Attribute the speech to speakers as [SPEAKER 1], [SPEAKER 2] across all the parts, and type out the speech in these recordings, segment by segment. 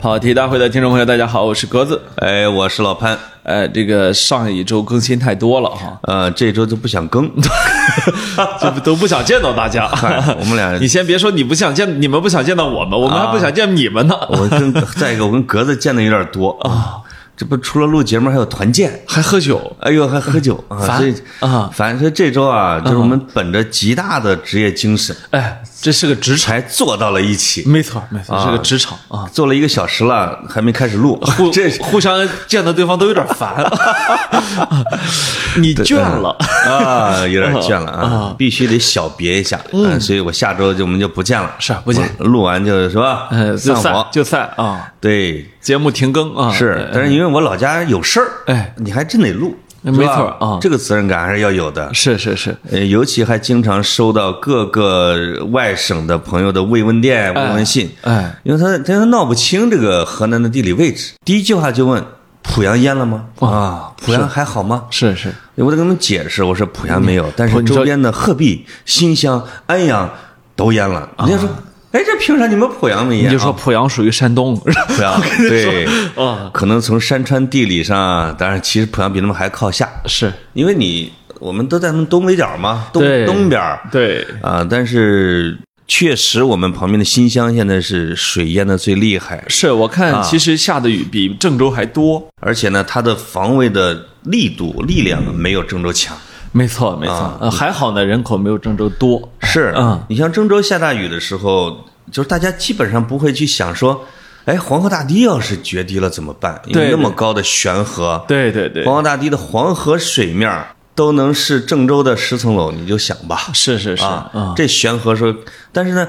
[SPEAKER 1] 好，铁大会的听众朋友，大家好，我是格子。
[SPEAKER 2] 哎，我是老潘，
[SPEAKER 1] 呃，这个上一周更新太多了 哈，
[SPEAKER 2] 呃，这周就不想 更，
[SPEAKER 1] 就都不想见到大家。
[SPEAKER 2] 我们 俩
[SPEAKER 1] 你先别说你不想见，你们不想见到我们，我们还不想见你们呢。
[SPEAKER 2] 我跟再一个，我跟格子见的有点多 啊，这不除了录节目还有团建，
[SPEAKER 1] 还喝酒，
[SPEAKER 2] 哎呦还喝酒 啊，
[SPEAKER 1] 烦
[SPEAKER 2] 所以
[SPEAKER 1] 啊
[SPEAKER 2] 反正说这周啊，就是我们本着极大的职业精神，
[SPEAKER 1] 哎，这是个职场，
[SPEAKER 2] 才坐到了一起，
[SPEAKER 1] 没错没错，是个职场啊。
[SPEAKER 2] 坐了一个小时了，还没开始录
[SPEAKER 1] 互，
[SPEAKER 2] 这
[SPEAKER 1] 互相见到对方都有点 烦，嗯你倦了。
[SPEAKER 2] 啊有点倦 了啊，必须得小别一下，嗯，所以我下周就我们就不见了，
[SPEAKER 1] 是不见
[SPEAKER 2] 我录完就是是吧，
[SPEAKER 1] 呃，就
[SPEAKER 2] 散
[SPEAKER 1] 散
[SPEAKER 2] 伙，
[SPEAKER 1] 就散啊，
[SPEAKER 2] 对，
[SPEAKER 1] 节目停更啊，
[SPEAKER 2] 是，但是因为我老家有事儿，
[SPEAKER 1] 哎，
[SPEAKER 2] 你还真得录，
[SPEAKER 1] 没
[SPEAKER 2] 是吧
[SPEAKER 1] 错儿啊
[SPEAKER 2] 这个责任感还是要有的。
[SPEAKER 1] 是是是，
[SPEAKER 2] 呃，尤其还经常收到各个外省的朋友的慰问电、慰问信，
[SPEAKER 1] 哎，
[SPEAKER 2] 因为他他闹不清这个河南的地理位置，第一句话就问濮阳淹了吗？啊，濮阳还好吗？
[SPEAKER 1] 是是，
[SPEAKER 2] 我得跟他们解释，我说濮阳没有，但
[SPEAKER 1] 哦不
[SPEAKER 2] 是
[SPEAKER 1] 你说
[SPEAKER 2] 周边的鹤壁、新乡、安阳都淹了。人家说，哎，这凭啥你们濮阳没淹？
[SPEAKER 1] 啊
[SPEAKER 2] 啊
[SPEAKER 1] 你就说濮阳属于山东，
[SPEAKER 2] 濮阳对，
[SPEAKER 1] 啊，
[SPEAKER 2] 可能从山川地理上，当然其实濮阳比他们还靠下，
[SPEAKER 1] 是
[SPEAKER 2] 因为你我们都在他们东北角嘛，东
[SPEAKER 1] 对
[SPEAKER 2] 东边儿
[SPEAKER 1] 对，
[SPEAKER 2] 啊、但是确实我们旁边的新乡现在是水淹的最厉害，
[SPEAKER 1] 是我看其实下的雨比郑州还多，
[SPEAKER 2] 而且呢，它的防卫的力度力量没有郑州强。
[SPEAKER 1] 没错没错，呃还好呢，人口没有郑州多，
[SPEAKER 2] 是，
[SPEAKER 1] 嗯
[SPEAKER 2] 你像郑州下大雨的时候，就是大家基本上不会去想说，哎，黄河大堤要是决堤了怎么办？因
[SPEAKER 1] 对
[SPEAKER 2] 为那么高的悬河，
[SPEAKER 1] 对对对，
[SPEAKER 2] 黄河大堤的黄河水面儿都能是郑州的十层楼，你就想吧。
[SPEAKER 1] 是是是
[SPEAKER 2] 啊，
[SPEAKER 1] 啊，
[SPEAKER 2] 这悬河说，但是呢，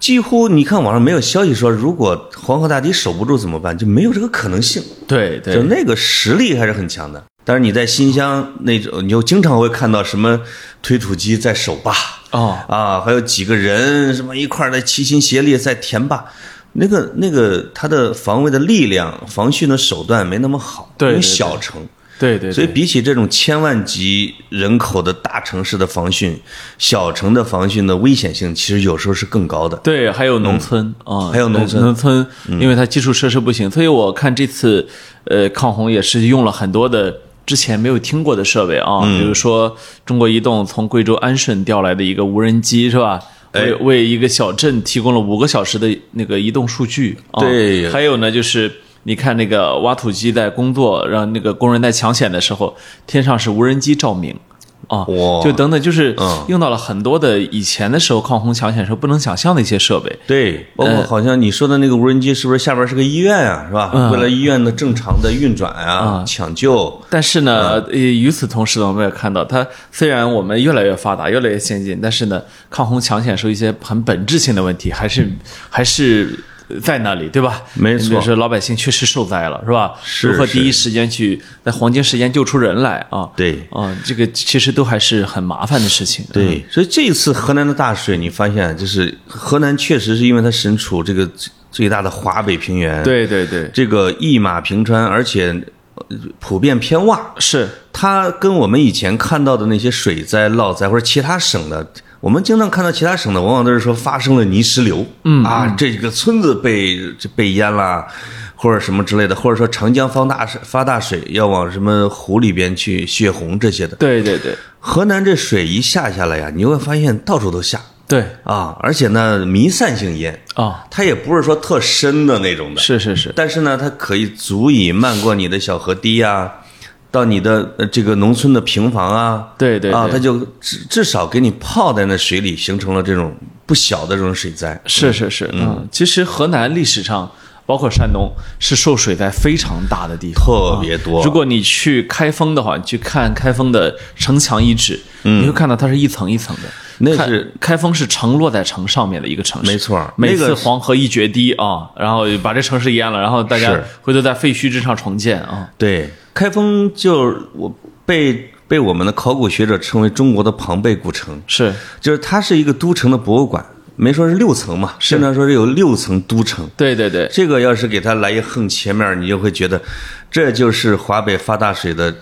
[SPEAKER 2] 几乎你看网上没有消息说，如果黄河大堤守不住怎么办，就没有这个可能性。
[SPEAKER 1] 对
[SPEAKER 2] 就
[SPEAKER 1] 对，
[SPEAKER 2] 那个实力还是很强的。但是你在新乡那种，你就经常会看到什么推土机在守坝
[SPEAKER 1] 哦
[SPEAKER 2] 啊，还有几个人什么一块儿在齐心协力在填坝。那个那个，它的防卫的力量、防汛的手段没那么好，
[SPEAKER 1] 对
[SPEAKER 2] 因为
[SPEAKER 1] 对对
[SPEAKER 2] 小城，
[SPEAKER 1] 对对，
[SPEAKER 2] 所以
[SPEAKER 1] 对
[SPEAKER 2] 比起这种千万级人口的大城市的防汛，小城的防汛的危险性其实有时候是更高的。嗯
[SPEAKER 1] 对，还有农村啊，
[SPEAKER 2] 还有农村嗯
[SPEAKER 1] 农村，因为它基础设施不行，所以我看这次呃抗洪也是用了很多的。之前没有听过的设备啊，
[SPEAKER 2] 嗯
[SPEAKER 1] 比如说中国移动从贵州安顺调来的一个无人机是吧？
[SPEAKER 2] 哎
[SPEAKER 1] 为为一个小镇提供了五个小时的那个移动数据。啊、
[SPEAKER 2] 对
[SPEAKER 1] 还有呢，就是你看那个挖土机在工作，让那个工人在抢险的时候，天上是无人机照明。啊，
[SPEAKER 2] 哇
[SPEAKER 1] 就等等，就是
[SPEAKER 2] 哦嗯
[SPEAKER 1] 用到了很多的以前的时候抗洪抢险时候不能想象的一些设备。
[SPEAKER 2] 对，包
[SPEAKER 1] 呃
[SPEAKER 2] 括好像你说的那个无人机，是不是下边是个医院啊？是吧？
[SPEAKER 1] 嗯
[SPEAKER 2] 为了医院的正常的运转啊、抢救，
[SPEAKER 1] 但是呢，
[SPEAKER 2] 嗯
[SPEAKER 1] 呃，与此同时呢，我们也看到，它虽然我们越来越发达、越来越先进，但是呢，抗洪抢险时候一些很本质性的问题，还是还是在那里，对吧？
[SPEAKER 2] 嗯没错
[SPEAKER 1] 就是老百姓确实受灾了，是吧？
[SPEAKER 2] 是
[SPEAKER 1] 如何
[SPEAKER 2] 是
[SPEAKER 1] 第一时间去在黄金时间救出人来啊？
[SPEAKER 2] 对
[SPEAKER 1] 啊，这个其实都还是很麻烦的事情。嗯，
[SPEAKER 2] 对，所以这次河南的大水，你发现就是河南确实是因为它身处这个最最大的华北平原，，
[SPEAKER 1] 对对对，
[SPEAKER 2] 这个一马平川，而且呃普遍偏洼，
[SPEAKER 1] 是
[SPEAKER 2] 它跟我们以前看到的那些水灾、涝灾或者其他省的，我们经常看到其他省的，往往都是说发生了泥石流，嗯啊，这个村子被这被淹了，或者什么之类的，或者说长江发大水发大水要往什么湖里边去泄洪这些的。
[SPEAKER 1] 对对对
[SPEAKER 2] 河南这水一下下来呀，你会发现到处都下
[SPEAKER 1] 对
[SPEAKER 2] 啊，而且呢弥散性淹，
[SPEAKER 1] 啊，
[SPEAKER 2] 它也不是说特深的那种的，
[SPEAKER 1] 是是是，
[SPEAKER 2] 但是呢，它可以足以漫过你的小河堤呀、到你的呃这个农村的平房啊，
[SPEAKER 1] 对对
[SPEAKER 2] 啊，
[SPEAKER 1] 对
[SPEAKER 2] 它就至至少给你泡在那水里，形成了这种不小的这种水灾。
[SPEAKER 1] 是是是，嗯，其实河南历史上，包括山东，是受水灾非常大的地方，啊
[SPEAKER 2] 特别多
[SPEAKER 1] 如果你去开封的话，你去看开封的城墙遗址，你会看到它是一层一层的。
[SPEAKER 2] 嗯那
[SPEAKER 1] 看
[SPEAKER 2] 是
[SPEAKER 1] 开封是城落在城上面的一个城市，
[SPEAKER 2] 没错
[SPEAKER 1] 每
[SPEAKER 2] 那
[SPEAKER 1] 次
[SPEAKER 2] 个
[SPEAKER 1] 黄河一决堤啊，然后把这城市淹了，然后大家
[SPEAKER 2] 是
[SPEAKER 1] 回头在废墟之上重建啊。
[SPEAKER 2] 对，开封就我被被我们的考古学者称为中国的庞贝古城，
[SPEAKER 1] 是，
[SPEAKER 2] 就是它是一个都城的博物馆，没说是六层嘛，经常说是有六层都城。
[SPEAKER 1] 对对对，
[SPEAKER 2] 这个要是给它来一横切面，你就会觉得，这就是华北发大水的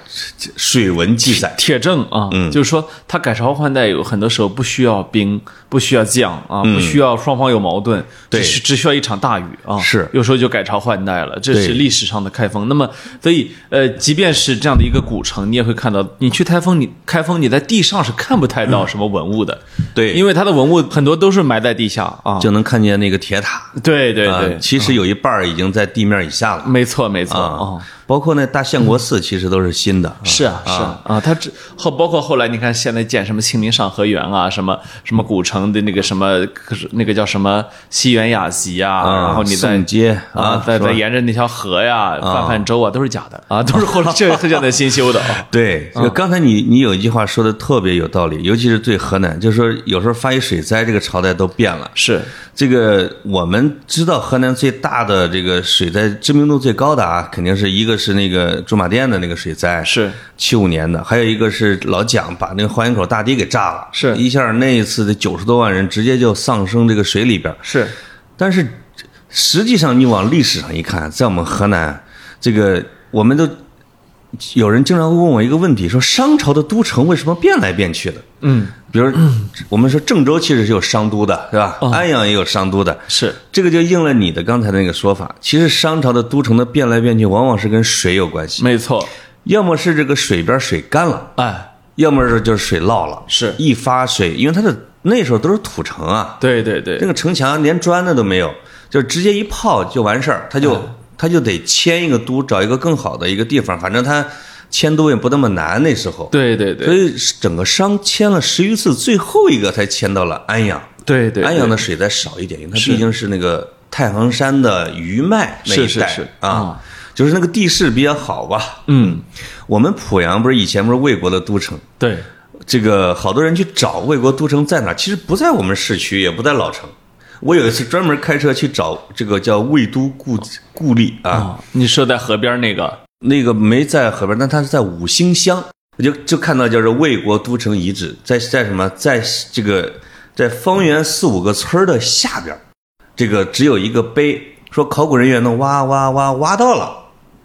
[SPEAKER 2] 水文记载。嗯
[SPEAKER 1] 铁证啊，就是说它改朝换代有很多时候不需要兵，不需要犟啊，不需要双方有矛盾，
[SPEAKER 2] 嗯对
[SPEAKER 1] 只是只需要一场大雨啊，
[SPEAKER 2] 是
[SPEAKER 1] 有时候就改朝换代了，这是
[SPEAKER 2] 对
[SPEAKER 1] 历史上的开封。那么，所以呃，即便是这样的一个古城，你也会看到，你去开封，你开封你在地上是看不太到什么文物的，
[SPEAKER 2] 嗯对
[SPEAKER 1] 因为它的文物很多都是埋在地下啊，
[SPEAKER 2] 就能看见那个铁塔。
[SPEAKER 1] 对对
[SPEAKER 2] 呃
[SPEAKER 1] 对，
[SPEAKER 2] 其实有一半儿已经在地面以下了
[SPEAKER 1] 没错没错啊
[SPEAKER 2] 啊。，包括那大相国寺其实都是新的。啊
[SPEAKER 1] 是啊，是啊，啊，它这后包括后来你看，现在建什么清明上河园啊，什么什么古城的那个什么，可是那个叫什么西园雅集啊，
[SPEAKER 2] 啊
[SPEAKER 1] 然后你在
[SPEAKER 2] 宋街
[SPEAKER 1] 啊，
[SPEAKER 2] 啊
[SPEAKER 1] 在
[SPEAKER 2] 是吧
[SPEAKER 1] 在沿着那条河呀、泛泛舟啊，都是假的啊，都是后 来这这样的新修的啊。
[SPEAKER 2] 对，就刚才你你有一句话说的特别有道理，尤其是对河南，就是说有时候发一水灾，这个朝代都变了。
[SPEAKER 1] 是，
[SPEAKER 2] 这个我们知道河南最大的这个水灾知名度最高的啊，肯定是一个是那个驻马店的那个水灾，
[SPEAKER 1] 是
[SPEAKER 2] 七五年的，还有一个是老蒋把那个花园口大堤给炸了，
[SPEAKER 1] 是
[SPEAKER 2] 一下那一次的九十多万人直接就丧生这个水里边。
[SPEAKER 1] 是，
[SPEAKER 2] 但是实际上你往历史上一看，在我们河南，这个我们都有人经常会问我一个问题，说商朝的都城为什么变来变去的？
[SPEAKER 1] 嗯，
[SPEAKER 2] 比如我们说郑州其实是有商都的，是
[SPEAKER 1] 哦
[SPEAKER 2] 吧？安阳也有商都的，
[SPEAKER 1] 是
[SPEAKER 2] 这个就应了你的刚才那个说法。其实商朝的都城的变来变去，往往是跟水有关系，
[SPEAKER 1] 没错，
[SPEAKER 2] 要么是这个水边水干了，
[SPEAKER 1] 哎，
[SPEAKER 2] 要么是就是水涝了，
[SPEAKER 1] 是
[SPEAKER 2] 一发水，因为它的那时候都是土城啊，
[SPEAKER 1] 对对对
[SPEAKER 2] 那，个城墙连砖的都没有，就是直接一泡就完事儿，他就
[SPEAKER 1] 嗯
[SPEAKER 2] 他就得迁一个都，找一个更好的一个地方，反正他迁都也不那么难，那时候。
[SPEAKER 1] 对对对
[SPEAKER 2] 所，以整个商迁了十余次，最后一个才迁到了安阳。
[SPEAKER 1] 对对，
[SPEAKER 2] 安
[SPEAKER 1] 对
[SPEAKER 2] 阳的水再少一点，因为它毕竟是那个太行山的余脉那一带
[SPEAKER 1] 是是嗯是
[SPEAKER 2] 啊，就是那个地势比较好吧。
[SPEAKER 1] 嗯，
[SPEAKER 2] 我们濮阳不是以前不是魏国的都城，
[SPEAKER 1] 对，
[SPEAKER 2] 这个好多人去找魏国都城在哪儿，其实不在我们市区，也不在老城。我有一次专门开车去找这个叫魏都故故里啊，
[SPEAKER 1] 啊，你说在河边那个，
[SPEAKER 2] 那个没在河边，但它是在五星乡，我就就看到就是魏国都城遗址，在在什么，在这个在方圆四五个村儿的下边儿，这个只有一个碑，说考古人员呢挖挖挖挖到了，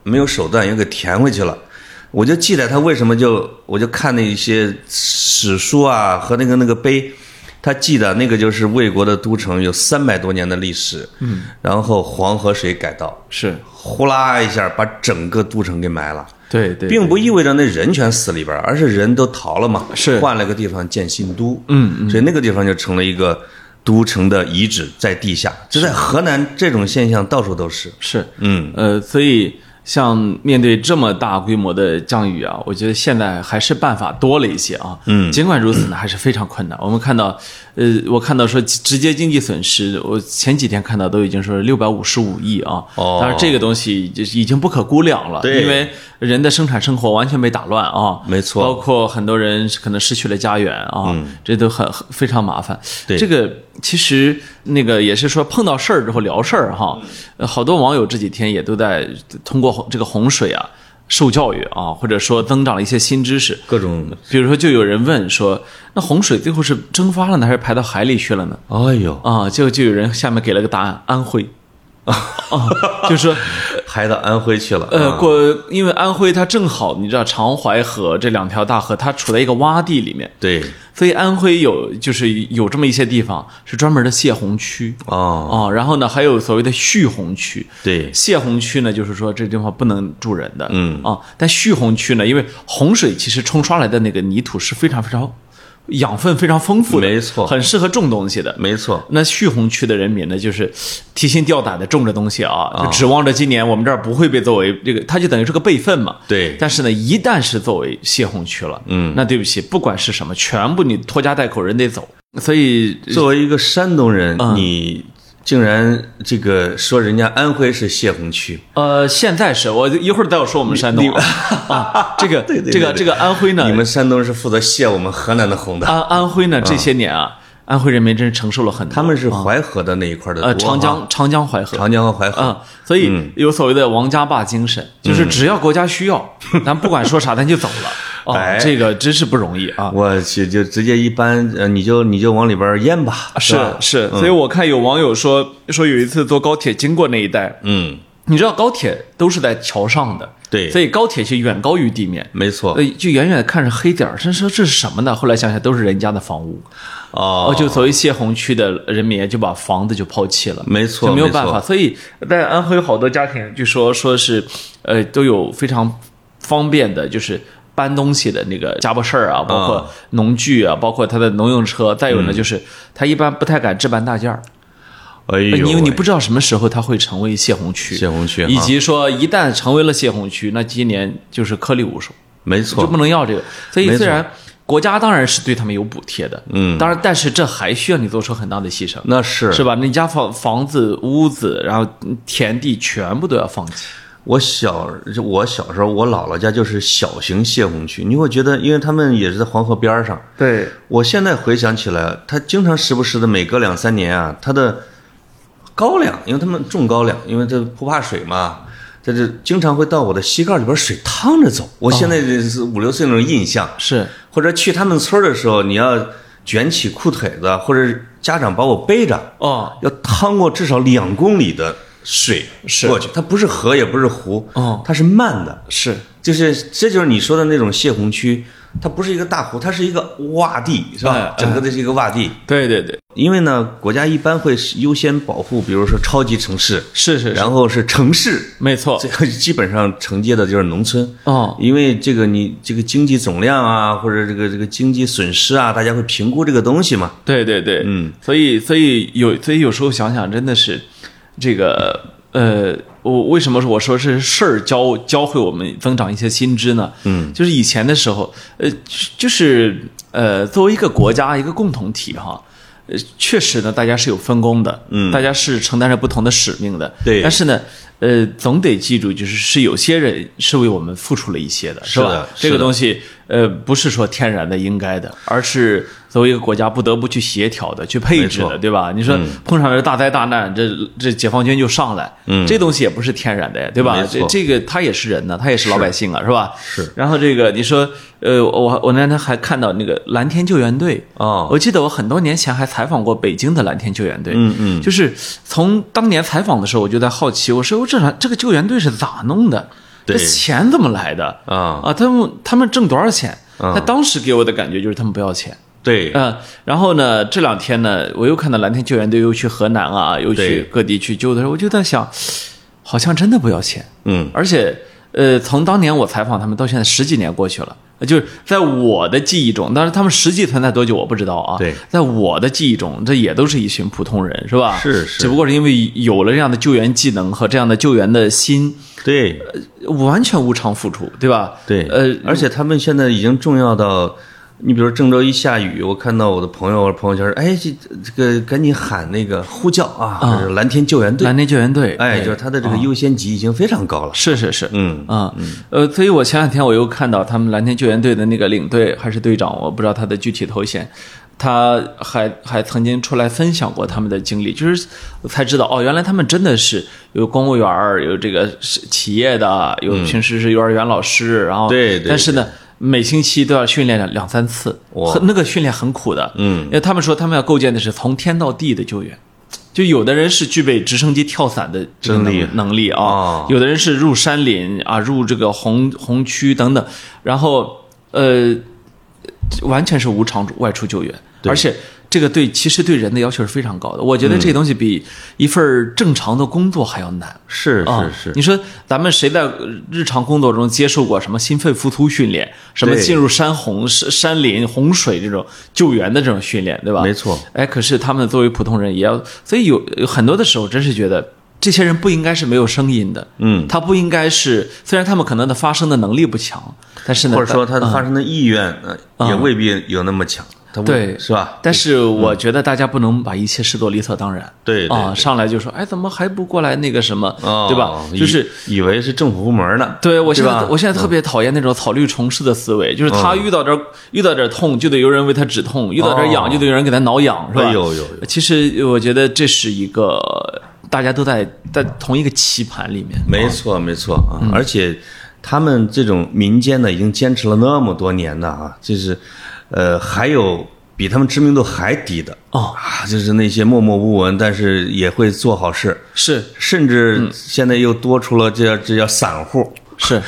[SPEAKER 2] 没有手段又给填回去了。我就记得他为什么就我就看那些史书啊和那个那个碑，他记得那个就是魏国的都城有三百多年的历史，嗯，然后黄河水改道，
[SPEAKER 1] 是
[SPEAKER 2] 呼啦一下把整个都城给埋了，
[SPEAKER 1] 对对，
[SPEAKER 2] 并
[SPEAKER 1] 对
[SPEAKER 2] 不意味着那人全死里边儿，而是人都逃了嘛，
[SPEAKER 1] 是
[SPEAKER 2] 换了个地方建新都，嗯嗯，所以那个地方就成了一个都城的遗址在地下，就在河南这种现象到处都是，
[SPEAKER 1] 是，
[SPEAKER 2] 嗯，
[SPEAKER 1] 呃，所以像面对这么大规模的降雨啊，我觉得现在还是办法多了一些啊。嗯，尽管如此呢，还是非常困难。我们看到，呃，我看到说直直接经济损失，我前几天看到都已经说六百五十五亿啊。
[SPEAKER 2] 哦
[SPEAKER 1] 当然这个东西就是已经不可估量了，
[SPEAKER 2] 对
[SPEAKER 1] 因为人的生产生活完全被打乱啊。
[SPEAKER 2] 没错
[SPEAKER 1] 包括很多人可能失去了家园啊，这都很很非常麻烦。
[SPEAKER 2] 嗯对
[SPEAKER 1] 这个其实那个也是说碰到事儿之后聊事儿哈，呃好多网友这几天也都在通过洪这个洪水啊受教育啊，或者说增长了一些新知识。
[SPEAKER 2] 各种，
[SPEAKER 1] 比如说，就有人问说，那洪水最后是蒸发了呢，还是排到海里去了呢？
[SPEAKER 2] 哎呦，
[SPEAKER 1] 啊，就就有人下面给了个答案，安徽。 啊，就是说
[SPEAKER 2] 排到安徽去了，
[SPEAKER 1] 呃，
[SPEAKER 2] 啊
[SPEAKER 1] 过，因为安徽它正好，你知道长淮河这两条大河，它处在一个洼地里面，
[SPEAKER 2] 对，
[SPEAKER 1] 所以安徽有就是有这么一些地方是专门的泄洪区
[SPEAKER 2] 哦，
[SPEAKER 1] 啊、然后呢，还有所谓的蓄洪区。
[SPEAKER 2] 对，
[SPEAKER 1] 泄洪区呢，就是说这地方不能住人的，
[SPEAKER 2] 嗯
[SPEAKER 1] 啊，但蓄洪区呢，因为洪水其实冲刷来的那个泥土是非常非常养分非常丰富的，
[SPEAKER 2] 没错
[SPEAKER 1] 很适合种东西的，
[SPEAKER 2] 没错，
[SPEAKER 1] 那蓄洪区的人民呢，就是提心吊胆的种着东西啊，就指望着今年我们这儿不会被作为这个，它就等于是个备份嘛。
[SPEAKER 2] 对，
[SPEAKER 1] 但是呢，一旦是作为泄洪区了，嗯，那对不起，不管是什么，全部你拖家带口人得走。所以，
[SPEAKER 2] 作为一个山东人，你竟然这个说人家安徽是泄洪区，
[SPEAKER 1] 呃，现在是我一会儿再说我们山东啊， 啊这个
[SPEAKER 2] 对对
[SPEAKER 1] 这个
[SPEAKER 2] 对对
[SPEAKER 1] 这个安徽呢，
[SPEAKER 2] 你们山东是负责泄我们河南的洪的。
[SPEAKER 1] 安安徽呢这些年啊，安徽人民真是承受了很多，
[SPEAKER 2] 他们是淮河的那一块的多
[SPEAKER 1] 啊呃长
[SPEAKER 2] 哈、
[SPEAKER 1] 江长江淮河
[SPEAKER 2] 长江和淮河。
[SPEAKER 1] 啊、所以有所谓的王家坝精神，就是只要国家需要， 咱不管说啥，咱就走 了。哦，
[SPEAKER 2] 哎
[SPEAKER 1] 这个真是不容易啊！
[SPEAKER 2] 我去，就直接一般，呃，你就你就往里边淹吧，
[SPEAKER 1] 啊是嗯
[SPEAKER 2] 吧
[SPEAKER 1] 是，所以我看有网友说说有一次坐高铁经过那一带，
[SPEAKER 2] 嗯，
[SPEAKER 1] 你知道高铁都是在桥上的，
[SPEAKER 2] 对
[SPEAKER 1] 所以高铁是远高于地面。
[SPEAKER 2] 没错
[SPEAKER 1] 呃，就远远的看着黑点儿，真说这是什么呢？后来想想都是人家的房屋，
[SPEAKER 2] 哦
[SPEAKER 1] 哦，就所谓泄洪区的人民就把房子就抛弃了，
[SPEAKER 2] 没错
[SPEAKER 1] 就没有
[SPEAKER 2] 没错
[SPEAKER 1] 办法。所以在安徽有好多家庭，据说说是，呃，都有非常方便的，就是。搬东西的那个家伙事儿
[SPEAKER 2] 嗯
[SPEAKER 1] 啊，包括农具啊，包括他的农用车，再有呢，就是他一般不太敢置办大件儿，
[SPEAKER 2] 哎呦喂，
[SPEAKER 1] 因为呃你不知道什么时候它会成为泄洪区，
[SPEAKER 2] 泄洪区啊哈
[SPEAKER 1] 以及说一旦成为了泄洪区，那今年就是颗粒无收，
[SPEAKER 2] 没
[SPEAKER 1] 就
[SPEAKER 2] 错
[SPEAKER 1] 不，能要这个。所以
[SPEAKER 2] 没错
[SPEAKER 1] 虽然国家当然是对他们有补贴的，嗯，当然，但是这还需要你做出很大的牺牲，
[SPEAKER 2] 那是
[SPEAKER 1] 是吧？你家房房子、屋子，然后田地全部都要放弃，
[SPEAKER 2] 我小就我小时候，我姥姥家就是小型泄洪区，你会觉得，因为他们也是在黄河边儿上。
[SPEAKER 1] 对，
[SPEAKER 2] 我现在回想起来，他经常时不时的，每隔两三年啊，他的高粱，因为他们种高粱，因为它不怕水嘛，它这经常会到我的膝盖里边水淌着走。我现在这是五六岁那种印象，
[SPEAKER 1] 是
[SPEAKER 2] 或者去他们村儿的时候，你要卷起裤腿子，或者家长把我背着，
[SPEAKER 1] 哦，
[SPEAKER 2] 要趟过至少两公里的水
[SPEAKER 1] 是
[SPEAKER 2] 过去，它不是河也不是湖，
[SPEAKER 1] 哦
[SPEAKER 2] 它是慢的，
[SPEAKER 1] 是
[SPEAKER 2] 就是这就是你说的那种泄洪区，它不是一个大湖，它是一个洼地，是吧？
[SPEAKER 1] 哎哎
[SPEAKER 2] 整个的是一个洼地，
[SPEAKER 1] 对对对，
[SPEAKER 2] 因为呢，国家一般会优先保护，比如说超级城市，
[SPEAKER 1] 是是是，
[SPEAKER 2] 然后是城市，
[SPEAKER 1] 没错
[SPEAKER 2] 这，个基本上承接的就是农村。
[SPEAKER 1] 哦，
[SPEAKER 2] 因为这个你这个经济总量啊，或者这个这个经济损失啊，大家会评估这个东西嘛。
[SPEAKER 1] 对对对，
[SPEAKER 2] 嗯，
[SPEAKER 1] 所以所以有所以有时候想想，真的是这个呃，我为什么说我说是事儿教教会我们增长一些心知呢？嗯，就是以前的时候，呃，就是呃，作为一个国家一个共同体哈。呃，确实呢，大家是有分工的，嗯，大家是承担着不同的使命的，
[SPEAKER 2] 对
[SPEAKER 1] 但是呢，呃，总得记住，就是是有些人是为我们付出了一些的，是
[SPEAKER 2] 是
[SPEAKER 1] 吧
[SPEAKER 2] 的？
[SPEAKER 1] 这
[SPEAKER 2] 是
[SPEAKER 1] 个
[SPEAKER 2] 的
[SPEAKER 1] 东西，呃，不是说天然的、应该的，而是作为一个国家不得不去协调的、去配置
[SPEAKER 2] 没
[SPEAKER 1] 的，
[SPEAKER 2] 错嗯
[SPEAKER 1] 对吧？你说碰上这大灾大难，这这解放军就上来，这东西也不是天然的呀，对吧
[SPEAKER 2] 嗯没？
[SPEAKER 1] 这
[SPEAKER 2] 错
[SPEAKER 1] 这个他也是人呢，他也是老百姓啊，是吧？
[SPEAKER 2] 是。
[SPEAKER 1] 然后这个你说，呃，我我那天还看到那个蓝天救援队
[SPEAKER 2] 哦
[SPEAKER 1] 我记得我很多年前还采访过北京的蓝天救援队，
[SPEAKER 2] 嗯嗯
[SPEAKER 1] 就是从当年采访的时候，我就在好奇，我说这这个救援队是咋弄的？这
[SPEAKER 2] 对
[SPEAKER 1] 钱怎么来的？
[SPEAKER 2] 啊
[SPEAKER 1] 啊，他们他们挣多少钱？
[SPEAKER 2] 嗯
[SPEAKER 1] 他当时给我的感觉就是他们不要钱。
[SPEAKER 2] 对，
[SPEAKER 1] 嗯、然后呢，这两天呢，我又看到蓝天救援队又去河南啊，又去
[SPEAKER 2] 对
[SPEAKER 1] 各地去救的时候，我就在想，好像真的不要钱。
[SPEAKER 2] 嗯，
[SPEAKER 1] 而且，呃，从当年我采访他们到现在十几年过去了，呃就是在我的记忆中，当然他们实际存在多久我不知道啊。
[SPEAKER 2] 对
[SPEAKER 1] 在我的记忆中，这也都是一群普通人，是吧？
[SPEAKER 2] 是是
[SPEAKER 1] 只不过是因为有了这样的救援技能和这样的救援的心，
[SPEAKER 2] 对
[SPEAKER 1] 完全无偿付出，对吧？
[SPEAKER 2] 对，
[SPEAKER 1] 呃，
[SPEAKER 2] 而且他们现在已经重要到，你比如郑州一下雨，我看到我的朋友朋友圈，哎，这这个赶紧喊那个呼叫啊，就是蓝天救援队
[SPEAKER 1] 蓝，天救援队，
[SPEAKER 2] 哎，
[SPEAKER 1] 对
[SPEAKER 2] 就是他的这个优先级已经非常高了。
[SPEAKER 1] 是是是，
[SPEAKER 2] 嗯
[SPEAKER 1] 啊，呃，所以我前两天我又看到他们蓝天救援队的那个领队还是队长，我不知道他的具体头衔，他还还曾经出来分享过他们的经历，就是我才知道哦，原来他们真的是有公务员儿，有这个是企业的，有平时是幼儿园老师，然后
[SPEAKER 2] 对对
[SPEAKER 1] 但是呢。每星期都要训练两两三次，
[SPEAKER 2] 哇
[SPEAKER 1] 很那个训练很苦的，
[SPEAKER 2] 嗯
[SPEAKER 1] 因为他们说他们要构建的是从天到地的救援，就有的人是具备直升机跳伞的这个
[SPEAKER 2] 真
[SPEAKER 1] 能
[SPEAKER 2] 厉害
[SPEAKER 1] 能力啊，
[SPEAKER 2] 哦
[SPEAKER 1] 有的人是入山林啊，入这个红红区等等，然后呃，完全是无偿外出救援，而且这个对其实对人的要求是非常高的。我觉得
[SPEAKER 2] 嗯
[SPEAKER 1] 这个东西比一份儿正常的工作还要难。
[SPEAKER 2] 是
[SPEAKER 1] 啊
[SPEAKER 2] 是是，
[SPEAKER 1] 你说咱们谁在呃日常工作中接受过什么心肺复苏训练，什么
[SPEAKER 2] 对
[SPEAKER 1] 进入山洪、山山林、洪水这种救援的这种训练，对吧？
[SPEAKER 2] 没错。
[SPEAKER 1] 哎，可是他们作为普通人也要，所以有有很多的时候，真是觉得这些人不应该是没有声音的。
[SPEAKER 2] 嗯，
[SPEAKER 1] 他不应该是，虽然他们可能的发声的能力不强，但是呢，
[SPEAKER 2] 或者说他的发生的意愿，呃也未必有那么强，他
[SPEAKER 1] 嗯
[SPEAKER 2] 未
[SPEAKER 1] 对
[SPEAKER 2] 是吧？
[SPEAKER 1] 但是我觉得大家不能把一切视作理所当然。
[SPEAKER 2] 嗯对对
[SPEAKER 1] 啊，上来就说，哎，怎么还不过来那个什么，
[SPEAKER 2] 哦
[SPEAKER 1] 对吧？
[SPEAKER 2] 以
[SPEAKER 1] 就是。
[SPEAKER 2] 以为是政府部门呢。
[SPEAKER 1] 对，我现在
[SPEAKER 2] 吧嗯
[SPEAKER 1] 我现在特别讨厌那种草绿虫式的思维，就是他遇到点儿遇到点儿痛，就得有人为他止痛；遇到点儿痒，
[SPEAKER 2] 哦
[SPEAKER 1] 就得有人给他挠痒，是吧？
[SPEAKER 2] 哎呦呦呦
[SPEAKER 1] 其实我觉得这是一个大家都在在同一个棋盘里面，
[SPEAKER 2] 没错，没错啊！
[SPEAKER 1] 嗯
[SPEAKER 2] 而且他们这种民间的已经坚持了那么多年的啊，就是呃，还有比他们知名度还低的
[SPEAKER 1] 哦
[SPEAKER 2] 啊，就是那些默默无闻，但是也会做好事，
[SPEAKER 1] 是嗯
[SPEAKER 2] 甚至现在又多出了这这叫散户。
[SPEAKER 1] 是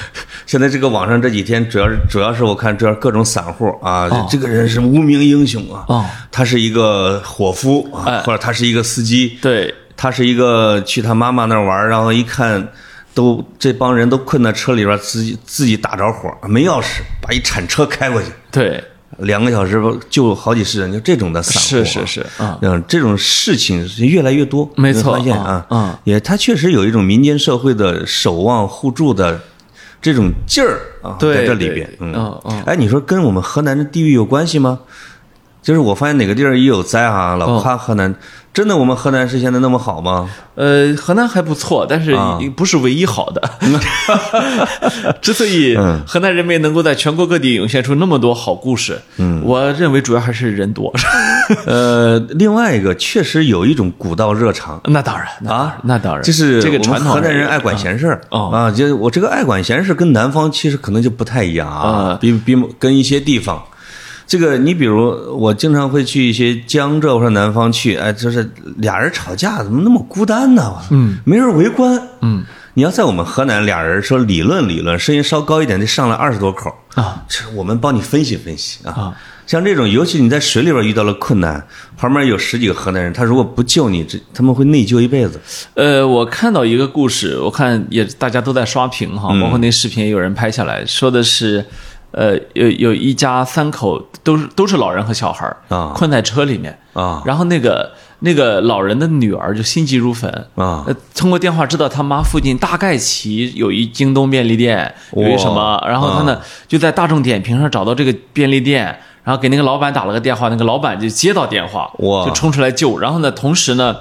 [SPEAKER 2] 现在这个网上这几天，主要是主要是我看这各种散户啊，这个人是无名英雄啊，
[SPEAKER 1] 哦
[SPEAKER 2] 他是一个伙夫啊，
[SPEAKER 1] 哎
[SPEAKER 2] 或者他是一个司机，
[SPEAKER 1] 对，
[SPEAKER 2] 他是一个去他妈妈那儿玩儿，然后一看，都这帮人都困在车里边儿，自己自己打着火，没钥匙，把一铲车开过去，
[SPEAKER 1] 对，两
[SPEAKER 2] 两个小时不救好几十人，就这种的散户、
[SPEAKER 1] 是
[SPEAKER 2] 啊、
[SPEAKER 1] 是是嗯
[SPEAKER 2] 嗯，这种事情是越来越多，
[SPEAKER 1] 没错
[SPEAKER 2] 你会发现啊，
[SPEAKER 1] 嗯嗯
[SPEAKER 2] 也他确实有一种民间社会的守望互助的这种劲儿啊，
[SPEAKER 1] 对
[SPEAKER 2] 在这里
[SPEAKER 1] 对
[SPEAKER 2] 边，
[SPEAKER 1] 对
[SPEAKER 2] 嗯
[SPEAKER 1] 嗯嗯
[SPEAKER 2] 哎，你说跟我们河南的地域有关系吗？就是我发现哪个地儿一有灾啊，老
[SPEAKER 1] 哦
[SPEAKER 2] 夸河南，真的我们河南是现在那么好吗？
[SPEAKER 1] 呃，河南还不错，但是
[SPEAKER 2] 啊
[SPEAKER 1] 不是唯一好 的。 之所以
[SPEAKER 2] 嗯
[SPEAKER 1] 河南人民能够在全国各地涌现出那么多好故事，嗯，我认为主要还是人多。
[SPEAKER 2] 呃，另外一个确实有一种古道热肠，
[SPEAKER 1] 那当然啊，那当然，
[SPEAKER 2] 就是
[SPEAKER 1] 这个
[SPEAKER 2] 我们
[SPEAKER 1] 传统。
[SPEAKER 2] 河南人爱管闲事儿
[SPEAKER 1] 哦
[SPEAKER 2] 啊，就是我这个爱管闲事跟南方其实可能就不太一样啊
[SPEAKER 1] 啊，
[SPEAKER 2] 比比跟一些地方。这个你比如我经常会去一些江浙或者南方去，哎，就是俩人吵架怎么那么孤单呢？嗯，没人围观。嗯，你要在我们河南，俩人说理论理论，声音稍高一点，得上来二十多口
[SPEAKER 1] 啊。
[SPEAKER 2] 这我们帮你分析分析啊。
[SPEAKER 1] 啊
[SPEAKER 2] 像这种，尤其你在水里边遇到了困难，旁边有十几个河南人，他如果不救你，这他们会内疚一辈子。
[SPEAKER 1] 呃，我看到一个故事，我看也大家都在刷屏哈，包括那视频也有人拍下来，说的是，呃，有有一家三口都是都是老人和小孩儿
[SPEAKER 2] 啊
[SPEAKER 1] 困在车里面
[SPEAKER 2] 啊
[SPEAKER 1] 然后那个那个老人的女儿就心急如焚
[SPEAKER 2] 啊
[SPEAKER 1] 呃通过电话知道他妈附近大概其有一京东便利店，有一什么
[SPEAKER 2] 哇，啊
[SPEAKER 1] 然后他呢、就在大众点评上找到这个便利店，然后给那个老板打了个电话，那个老板就接到电话，
[SPEAKER 2] 哇
[SPEAKER 1] 就冲出来救。然后呢，同时呢，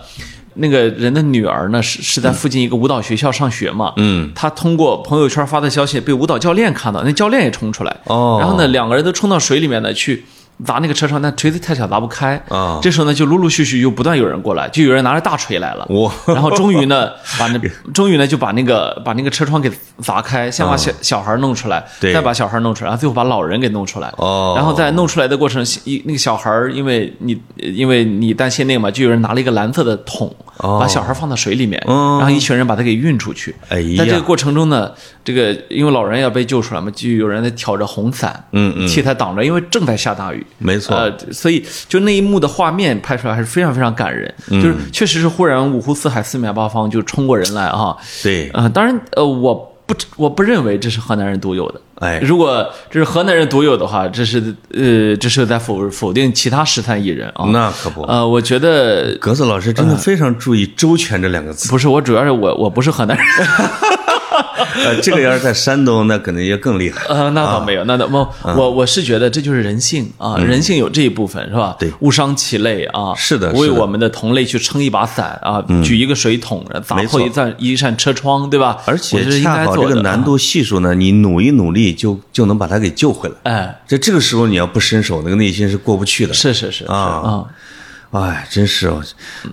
[SPEAKER 1] 那个人的女儿呢是是在附近一个舞蹈学校上学嘛，
[SPEAKER 2] 嗯，
[SPEAKER 1] 她通过朋友圈发的消息被舞蹈教练看到，那教练也冲出来，
[SPEAKER 2] 哦
[SPEAKER 1] 然后呢，两个人都冲到水里面呢去。砸那个车上，但锤子太小砸不开
[SPEAKER 2] 啊
[SPEAKER 1] 这时候呢，就陆陆续续又不断有人过来，就有人拿着大锤来了。
[SPEAKER 2] 哇
[SPEAKER 1] 然后终于 呢，把那终于呢就把那个把那个车窗给砸开，先把小、小孩弄出来，
[SPEAKER 2] 嗯对
[SPEAKER 1] 再把小孩弄出来，然后最后把老人给弄出来。
[SPEAKER 2] 哦
[SPEAKER 1] 然后在弄出来的过程，一那个小孩儿因为你因为你担心那个嘛，就有人拿了一个蓝色的桶，
[SPEAKER 2] 哦
[SPEAKER 1] 把小孩放到水里面，
[SPEAKER 2] 嗯
[SPEAKER 1] 然后一群人把他给运出去。
[SPEAKER 2] 哎呀
[SPEAKER 1] 在这个过程中呢，这个因为老人要被救出来嘛，就有人在挑着红伞，
[SPEAKER 2] 嗯嗯
[SPEAKER 1] 替他挡着，因为正在下大雨。
[SPEAKER 2] 没错
[SPEAKER 1] 呃，所以就那一幕的画面拍出来还是非常非常感人，
[SPEAKER 2] 嗯
[SPEAKER 1] 就是确实是忽然五湖四海、四面八方就冲过人来啊。
[SPEAKER 2] 对，
[SPEAKER 1] 啊、当然，呃，我不我不认为这是河南人独有的。
[SPEAKER 2] 哎
[SPEAKER 1] 如果这是河南人独有的话，这是呃，这是在否否定其他十三亿人啊。
[SPEAKER 2] 那可不。
[SPEAKER 1] 呃，我觉得
[SPEAKER 2] 格子老师真
[SPEAKER 1] 呃
[SPEAKER 2] 的非常注意“周全”这两个词。
[SPEAKER 1] 不是，我主要是我我不是河南人。
[SPEAKER 2] 呃，这个要是在山东，那可能也更厉害。
[SPEAKER 1] 呃，那
[SPEAKER 2] 啊
[SPEAKER 1] 倒没有，那倒我我我是觉得这就是人性啊，人性有这一部分是吧？
[SPEAKER 2] 嗯对
[SPEAKER 1] 误伤其类啊，
[SPEAKER 2] 是的
[SPEAKER 1] 为
[SPEAKER 2] 是的
[SPEAKER 1] 我们的同类去撑一把伞啊，举一个水桶，砸
[SPEAKER 2] 没
[SPEAKER 1] 破
[SPEAKER 2] 错
[SPEAKER 1] 一扇一扇车窗，对吧？
[SPEAKER 2] 而
[SPEAKER 1] 我觉得
[SPEAKER 2] 且
[SPEAKER 1] 应
[SPEAKER 2] 恰
[SPEAKER 1] 该
[SPEAKER 2] 好
[SPEAKER 1] 做
[SPEAKER 2] 这个
[SPEAKER 1] 的啊
[SPEAKER 2] 难，度系数呢，你努一努力就就能把它给救回来。
[SPEAKER 1] 哎，
[SPEAKER 2] 在这个时候，你要不伸手，那个内心是过不去的。
[SPEAKER 1] 是是是
[SPEAKER 2] 啊
[SPEAKER 1] 啊，
[SPEAKER 2] 哎，真是哦，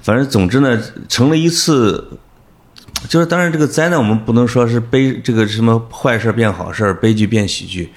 [SPEAKER 2] 反正总之呢，成了一次，就是当然这个灾难我们不能说是悲这个什么坏事变好事，悲剧变喜剧，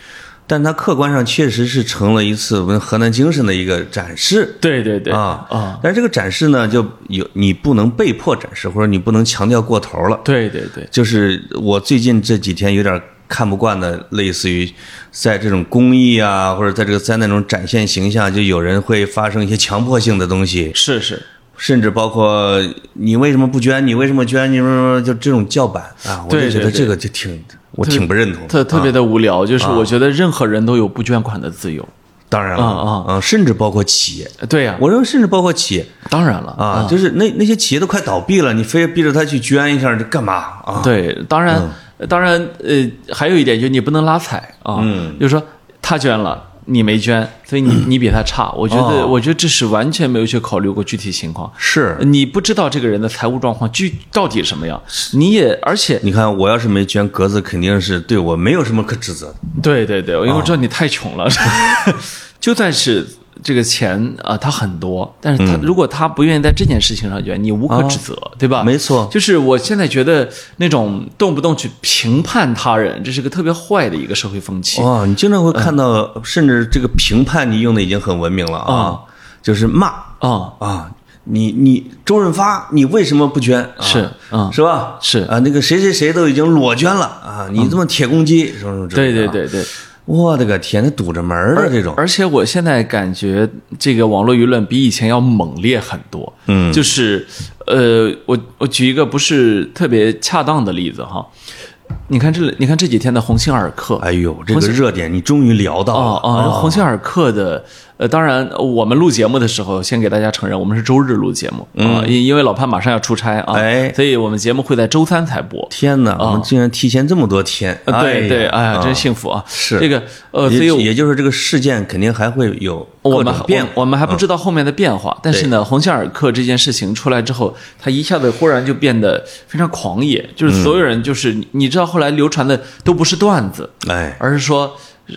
[SPEAKER 2] 但它客观上确实是成了一次我们河南精神的一个展示。
[SPEAKER 1] 对对对
[SPEAKER 2] 啊
[SPEAKER 1] 啊，
[SPEAKER 2] 但是这个展示呢，就有你不能被迫展示，或者你不能强调过头了。
[SPEAKER 1] 对对对，
[SPEAKER 2] 就是我最近这几天有点看不惯的，类似于在这种公益啊，或者在这个灾难中展现形象，就有人会发生一些强迫性的东西，
[SPEAKER 1] 是是，
[SPEAKER 2] 甚至包括你为什么不捐，你为什么捐，你为什么就这种叫板啊，我就
[SPEAKER 1] 对
[SPEAKER 2] 觉得
[SPEAKER 1] 对对
[SPEAKER 2] 这个就挺我挺不认同的。
[SPEAKER 1] 特特别的无聊，就是
[SPEAKER 2] 啊
[SPEAKER 1] 我觉得任何人都有不捐款的自由，
[SPEAKER 2] 当然了
[SPEAKER 1] 啊
[SPEAKER 2] 啊，甚至包括企业，
[SPEAKER 1] 对呀，
[SPEAKER 2] 我认为甚至包括企业。
[SPEAKER 1] 当然了
[SPEAKER 2] 啊，就是那那些企业都快倒闭了，你非逼着他去捐一下，这干嘛啊？
[SPEAKER 1] 对，当然，当然，呃，还有一点就是你不能拉踩啊，
[SPEAKER 2] 嗯
[SPEAKER 1] 就是说他捐了，你没捐，所以 你你比他差。我觉得，
[SPEAKER 2] 哦
[SPEAKER 1] 我觉得这是完全没有去考虑过具体情况，
[SPEAKER 2] 是，
[SPEAKER 1] 你不知道这个人的财务状况具到底什么样，你也而且，
[SPEAKER 2] 你看我要是没捐，格子肯定是对我没有什么可指责的。
[SPEAKER 1] 对对对，因为我知道你太穷了，
[SPEAKER 2] 哦
[SPEAKER 1] 就算是。这个钱啊、他很多，但是他、
[SPEAKER 2] 嗯
[SPEAKER 1] 如果他不愿意在这件事情上捐，你无可指责，对吧？
[SPEAKER 2] 哦没错
[SPEAKER 1] 就是我现在觉得那种动不动去评判他人，这是个特别坏的一个社会风气。
[SPEAKER 2] 哦，你经常会看嗯到，甚至这个评判你用的已经很文明了啊，就是骂
[SPEAKER 1] 啊
[SPEAKER 2] 啊，你你周润发，你为什么不捐？啊
[SPEAKER 1] 是嗯
[SPEAKER 2] 是吧？
[SPEAKER 1] 是
[SPEAKER 2] 啊，那个谁谁谁都已经裸捐了啊，你这么铁公鸡什么什么之类
[SPEAKER 1] 对
[SPEAKER 2] 的
[SPEAKER 1] 对
[SPEAKER 2] 啊，
[SPEAKER 1] 对对，
[SPEAKER 2] 我的个天，那堵着门儿的这种，
[SPEAKER 1] 而且我现在感觉这个网络舆论比以前要猛烈很多。嗯，就是呃，我我举一个不是特别恰当的例子哈，你看这你看这几天的鸿星尔克，
[SPEAKER 2] 哎呦，这个热点你终于聊到了
[SPEAKER 1] 哦哦，然后鸿星尔克的，呃，当然我们录节目的时候，先给大家承认，我们是周日录节目啊，因、因为老潘马上要出差啊，
[SPEAKER 2] 嗯哎
[SPEAKER 1] 所以我们节目会在周三才播。
[SPEAKER 2] 天哪，我们竟然提前这么多天，
[SPEAKER 1] 哦呃对、对，哎呀，真
[SPEAKER 2] 真
[SPEAKER 1] 幸福啊！
[SPEAKER 2] 是
[SPEAKER 1] 这个呃，所以
[SPEAKER 2] 也
[SPEAKER 1] 我
[SPEAKER 2] 也就是这个事件肯定还会有
[SPEAKER 1] 我
[SPEAKER 2] 各
[SPEAKER 1] 们
[SPEAKER 2] 种变化，嗯
[SPEAKER 1] 我们还不知道后面的变化，但是呢，鸿星尔克这件事情出来之后，他一下子忽然就变得非常狂野，就是所有人就是、你你知道后来流传的都不是段子，
[SPEAKER 2] 哎，
[SPEAKER 1] 而是说。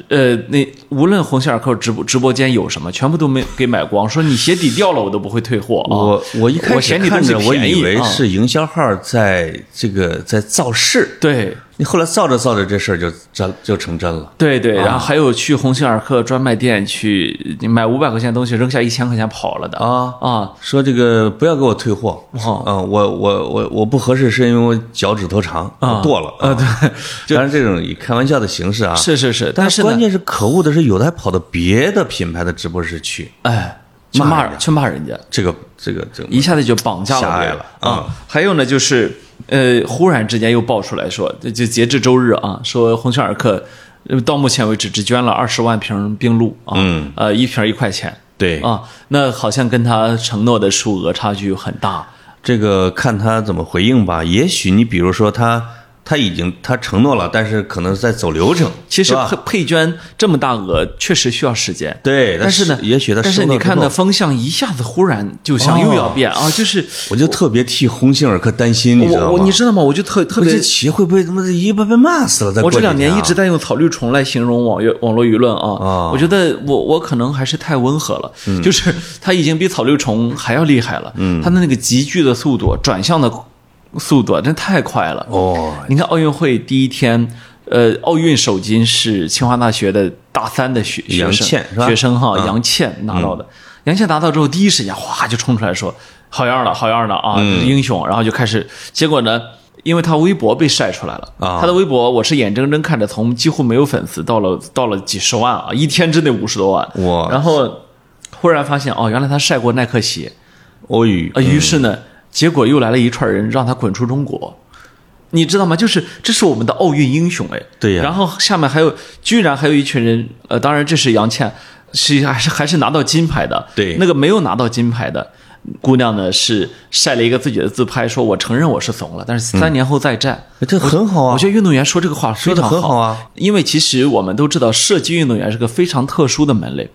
[SPEAKER 1] 呃，那无论鸿星尔克直播直播间有什么，全部都没给买光。说你鞋底掉了，我都不会退货啊！
[SPEAKER 2] 我我一开
[SPEAKER 1] 我
[SPEAKER 2] 始
[SPEAKER 1] 嫌你
[SPEAKER 2] 看
[SPEAKER 1] 东西
[SPEAKER 2] 着我
[SPEAKER 1] 便宜
[SPEAKER 2] 以为
[SPEAKER 1] 啊
[SPEAKER 2] 是营销号在这个在造势，
[SPEAKER 1] 对
[SPEAKER 2] 你后来造着造着这事儿就真就成真了。
[SPEAKER 1] 对对，然后还有去鸿星尔克专卖店去你买五百块钱的东西，扔下一千块钱跑了的
[SPEAKER 2] 啊
[SPEAKER 1] 啊！
[SPEAKER 2] 说这个不要给我退货，
[SPEAKER 1] 哦
[SPEAKER 2] 嗯，我我我我不合适，是因为我脚趾头长，我剁了啊。对，当然这种以开玩笑的形式啊，
[SPEAKER 1] 是是是，但是呢
[SPEAKER 2] 关，键是可恶的是，有的还跑到别的品牌的直播室去，
[SPEAKER 1] 哎，去骂
[SPEAKER 2] 骂人啊
[SPEAKER 1] 人去骂人家，
[SPEAKER 2] 这个这个这个，
[SPEAKER 1] 一下子就绑架了
[SPEAKER 2] 狭隘
[SPEAKER 1] 别人
[SPEAKER 2] 了嗯
[SPEAKER 1] 啊、还有呢，就是呃，忽然之间又爆出来说，就就截至周日啊，说鸿星尔克呃到目前为止只捐了二十万瓶冰露啊，
[SPEAKER 2] 嗯
[SPEAKER 1] 呃，一瓶一块钱
[SPEAKER 2] 对，
[SPEAKER 1] 啊，那好像跟他承诺的数额差距很大。
[SPEAKER 2] 这个看他怎么回应吧。也许你比如说他他已经他承诺了，但是可能在走流程，
[SPEAKER 1] 其实
[SPEAKER 2] 是吧
[SPEAKER 1] 配配捐这么大额，确实需要时间。
[SPEAKER 2] 对，
[SPEAKER 1] 但是呢，
[SPEAKER 2] 也许他
[SPEAKER 1] 但是
[SPEAKER 2] 收到
[SPEAKER 1] 你
[SPEAKER 2] 之
[SPEAKER 1] 看
[SPEAKER 2] 后
[SPEAKER 1] 呢，风向一下子忽然就想
[SPEAKER 2] 哦
[SPEAKER 1] 又要变、啊，就是
[SPEAKER 2] 我就特别替鸿星尔克担心，你知道
[SPEAKER 1] 我我
[SPEAKER 2] 吗？
[SPEAKER 1] 你知道吗？我就特特
[SPEAKER 2] 我
[SPEAKER 1] 别
[SPEAKER 2] 这企业会不会他妈的一被被骂死了？再
[SPEAKER 1] 我
[SPEAKER 2] 过
[SPEAKER 1] 这
[SPEAKER 2] 几
[SPEAKER 1] 两年
[SPEAKER 2] 啊
[SPEAKER 1] 一直在用“草绿虫”来形容网约网络舆论啊，我觉得我我可能还是太温和了，
[SPEAKER 2] 嗯
[SPEAKER 1] 就是它已经比草绿虫还要厉害了，它的那个急剧的速度、转向的速度啊真太快了。
[SPEAKER 2] 哦，
[SPEAKER 1] 你看奥运会第一天，呃，奥运首金是清华大学的大三的学学
[SPEAKER 2] 杨
[SPEAKER 1] 生
[SPEAKER 2] 倩是吧
[SPEAKER 1] 学生哈，
[SPEAKER 2] 嗯
[SPEAKER 1] 杨倩拿到的。杨倩拿到之后，第一时间哗就冲出来说：“好样的，好样的啊，
[SPEAKER 2] 嗯
[SPEAKER 1] 英雄！”然后就开始，结果呢，因为她微博被晒出来了，
[SPEAKER 2] 啊
[SPEAKER 1] 她的微博我是眼睁睁看着从几乎没有粉丝到了到了几十万啊，一天之内五十多万，
[SPEAKER 2] 哇
[SPEAKER 1] 然后忽然发现哦，原来她晒过耐克鞋，
[SPEAKER 2] 哦语
[SPEAKER 1] 呃，于是呢，结果又来了一串人让他滚出中国，你知道吗？就是这是我们的奥运英雄哎，
[SPEAKER 2] 对呀
[SPEAKER 1] 然后下面还有，居然还有一群人，呃，当然这是杨倩，是还是还是拿到金牌的，
[SPEAKER 2] 对
[SPEAKER 1] 那个没有拿到金牌的。姑娘呢是晒了一个自己的自拍，说我承认我是怂了，但是三年后再战，
[SPEAKER 2] 嗯这很好啊，
[SPEAKER 1] 我觉得运动员说这个话非
[SPEAKER 2] 说的
[SPEAKER 1] 常
[SPEAKER 2] 很好啊，
[SPEAKER 1] 因为其实我们都知道，射击运动员是个非常特殊的门类，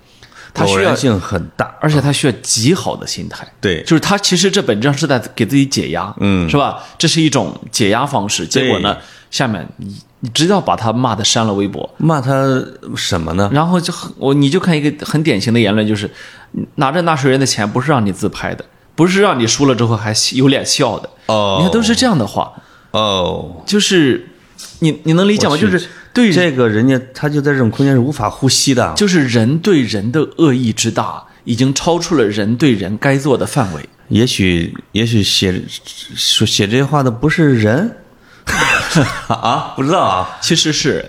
[SPEAKER 1] 他
[SPEAKER 2] 偶
[SPEAKER 1] 需要
[SPEAKER 2] 然性很大。
[SPEAKER 1] 而且他需要极好的心态。
[SPEAKER 2] 对
[SPEAKER 1] 就是他其实这本质上是在给自己解压，嗯，是吧？这是一种解压方式。结果呢，下面你你只要把他骂的删了微博，
[SPEAKER 2] 骂他什么呢？
[SPEAKER 1] 然后就很我你就看一个很典型的言论，就是拿着纳税人的钱不是让你自拍的，不是让你输了之后还有脸笑的，
[SPEAKER 2] 哦
[SPEAKER 1] 嗯你看都是这样的话，
[SPEAKER 2] 哦，
[SPEAKER 1] 就是你你能理解吗？
[SPEAKER 2] 我去
[SPEAKER 1] 就是对
[SPEAKER 2] 这个人家他就在这种空间是无法呼吸的。啊
[SPEAKER 1] 就是人对人的恶意之大，已经超出了人对人该做的范围。
[SPEAKER 2] 也许也许写说写这些话的不是 人啊，不知道啊，
[SPEAKER 1] 其实是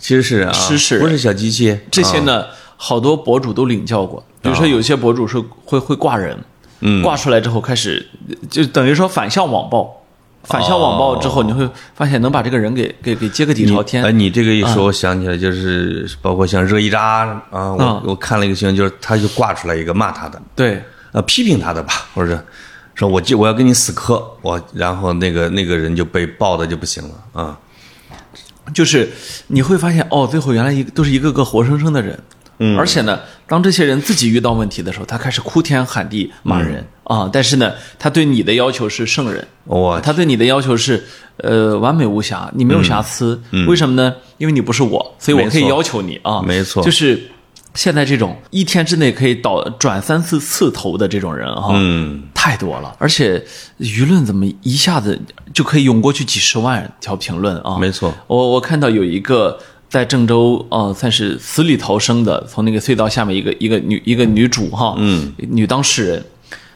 [SPEAKER 2] 其实是啊，
[SPEAKER 1] 是是
[SPEAKER 2] 不是小机器啊
[SPEAKER 1] 这些呢，好多博主都领教过。比如说，有些博主是会会挂人，嗯，挂出来之后开始就等于说反向网暴，反向网暴之后，你会发现能把这个人给给给接个底朝
[SPEAKER 2] 哎，
[SPEAKER 1] 天。嗯
[SPEAKER 2] 你这个一说，我想起来，就是包括像热依扎啊，我
[SPEAKER 1] 嗯
[SPEAKER 2] 我看了一个新闻，就是他就挂出来一个骂他的，
[SPEAKER 1] 对，
[SPEAKER 2] 呃，批评他的吧，或者说我就我要跟你死磕，我然后那个那个人就被爆的就不行了啊，
[SPEAKER 1] 就是你会发现哦，最后原来一个都是一个个活生生的人。嗯，而且呢，当这些人自己遇到问题的时候，他开始哭天喊地骂人啊、但是呢，他对你的要求是圣人，
[SPEAKER 2] 我
[SPEAKER 1] 啊他对你的要求是，呃，完美无瑕，你没有瑕疵，为什么呢？因为你不是我，所以我可以
[SPEAKER 2] 嗯没错
[SPEAKER 1] 要求你啊，
[SPEAKER 2] 没错
[SPEAKER 1] 就是现在这种一天之内可以倒转三四次头的这种人哈、
[SPEAKER 2] 嗯，
[SPEAKER 1] 太多了，而且舆论怎么一下子就可以涌过去几十万条评论啊？
[SPEAKER 2] 没错，
[SPEAKER 1] 我我看到有一个在郑州呃，算是死里逃生的，从那个隧道下面一个一个女一个女主哈，嗯，女当事人，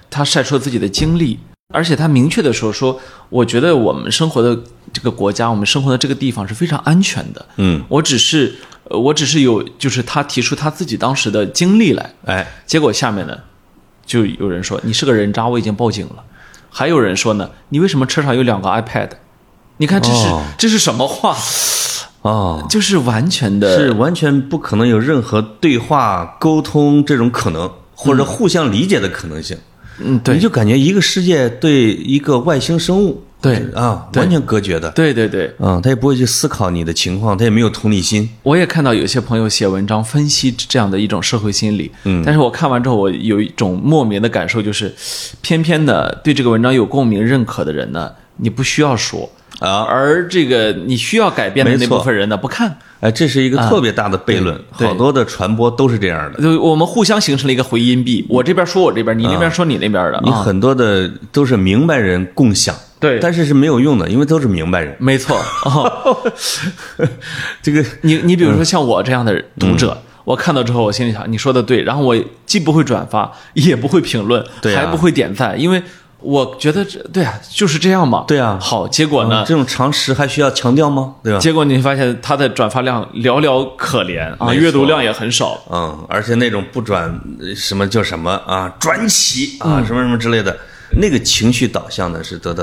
[SPEAKER 1] 他晒出了自己的经历，而且他明确的说说，我觉得我们生活的这个国家，我们生活的这个地方是非常安全的。
[SPEAKER 2] 嗯，
[SPEAKER 1] 我只是，呃我只是有，就是他提出他自己当时的经历来，
[SPEAKER 2] 哎，
[SPEAKER 1] 结果下面呢，就有人说你是个人渣，我已经报警了。还有人说呢，你为什么车上有两个 iPad？你看这是、
[SPEAKER 2] 哦
[SPEAKER 1] 这是什么话？
[SPEAKER 2] 哦，
[SPEAKER 1] 就是完全的
[SPEAKER 2] 是完全不可能有任何对话沟通这种可能，或者互相理解的可能性。
[SPEAKER 1] 嗯，对
[SPEAKER 2] 你就感觉一个世界对一个外星生物，
[SPEAKER 1] 对
[SPEAKER 2] 啊，
[SPEAKER 1] 对
[SPEAKER 2] 完全隔绝的。
[SPEAKER 1] 对对对，
[SPEAKER 2] 嗯，他也不会去思考你的情况，他也没有同理心。
[SPEAKER 1] 我也看到有些朋友写文章分析这样的一种社会心理，嗯，但是我看完之后，我有一种莫名的感受，就是偏偏的对这个文章有共鸣、认可的人呢，你不需要说
[SPEAKER 2] 啊
[SPEAKER 1] 而这个你需要改变的
[SPEAKER 2] 没
[SPEAKER 1] 那
[SPEAKER 2] 错
[SPEAKER 1] 部分人呢，不看，
[SPEAKER 2] 哎，这是一个特别大的悖论，
[SPEAKER 1] 对
[SPEAKER 2] 好多的传播都是这样的。
[SPEAKER 1] 就我们互相形成了一个回音壁，我这边说我这边，你那边说你那边的，
[SPEAKER 2] 你
[SPEAKER 1] 啊
[SPEAKER 2] 很多的都是明白人共享，
[SPEAKER 1] 对
[SPEAKER 2] 但是是没有用的，因为都是明白人。
[SPEAKER 1] 没错，哦，
[SPEAKER 2] 这个嗯
[SPEAKER 1] 你你比如说像我这样的读者。我看到之后，我心里想，你说的对。然后我既不会转发，也不会评论，
[SPEAKER 2] 对啊
[SPEAKER 1] 还不会点赞，因为我觉得这对啊，就是这样嘛。
[SPEAKER 2] 对啊
[SPEAKER 1] 好，结果呢？
[SPEAKER 2] 这种常识还需要强调吗？对吧？
[SPEAKER 1] 结果你发现他的转发量寥寥可怜
[SPEAKER 2] 没
[SPEAKER 1] 啊，
[SPEAKER 2] 错
[SPEAKER 1] 阅读量也很少。
[SPEAKER 2] 嗯，而且那种不转呃什么叫什么啊，转起啊，
[SPEAKER 1] 嗯
[SPEAKER 2] 什么什么之类的，那个情绪导向呢是得到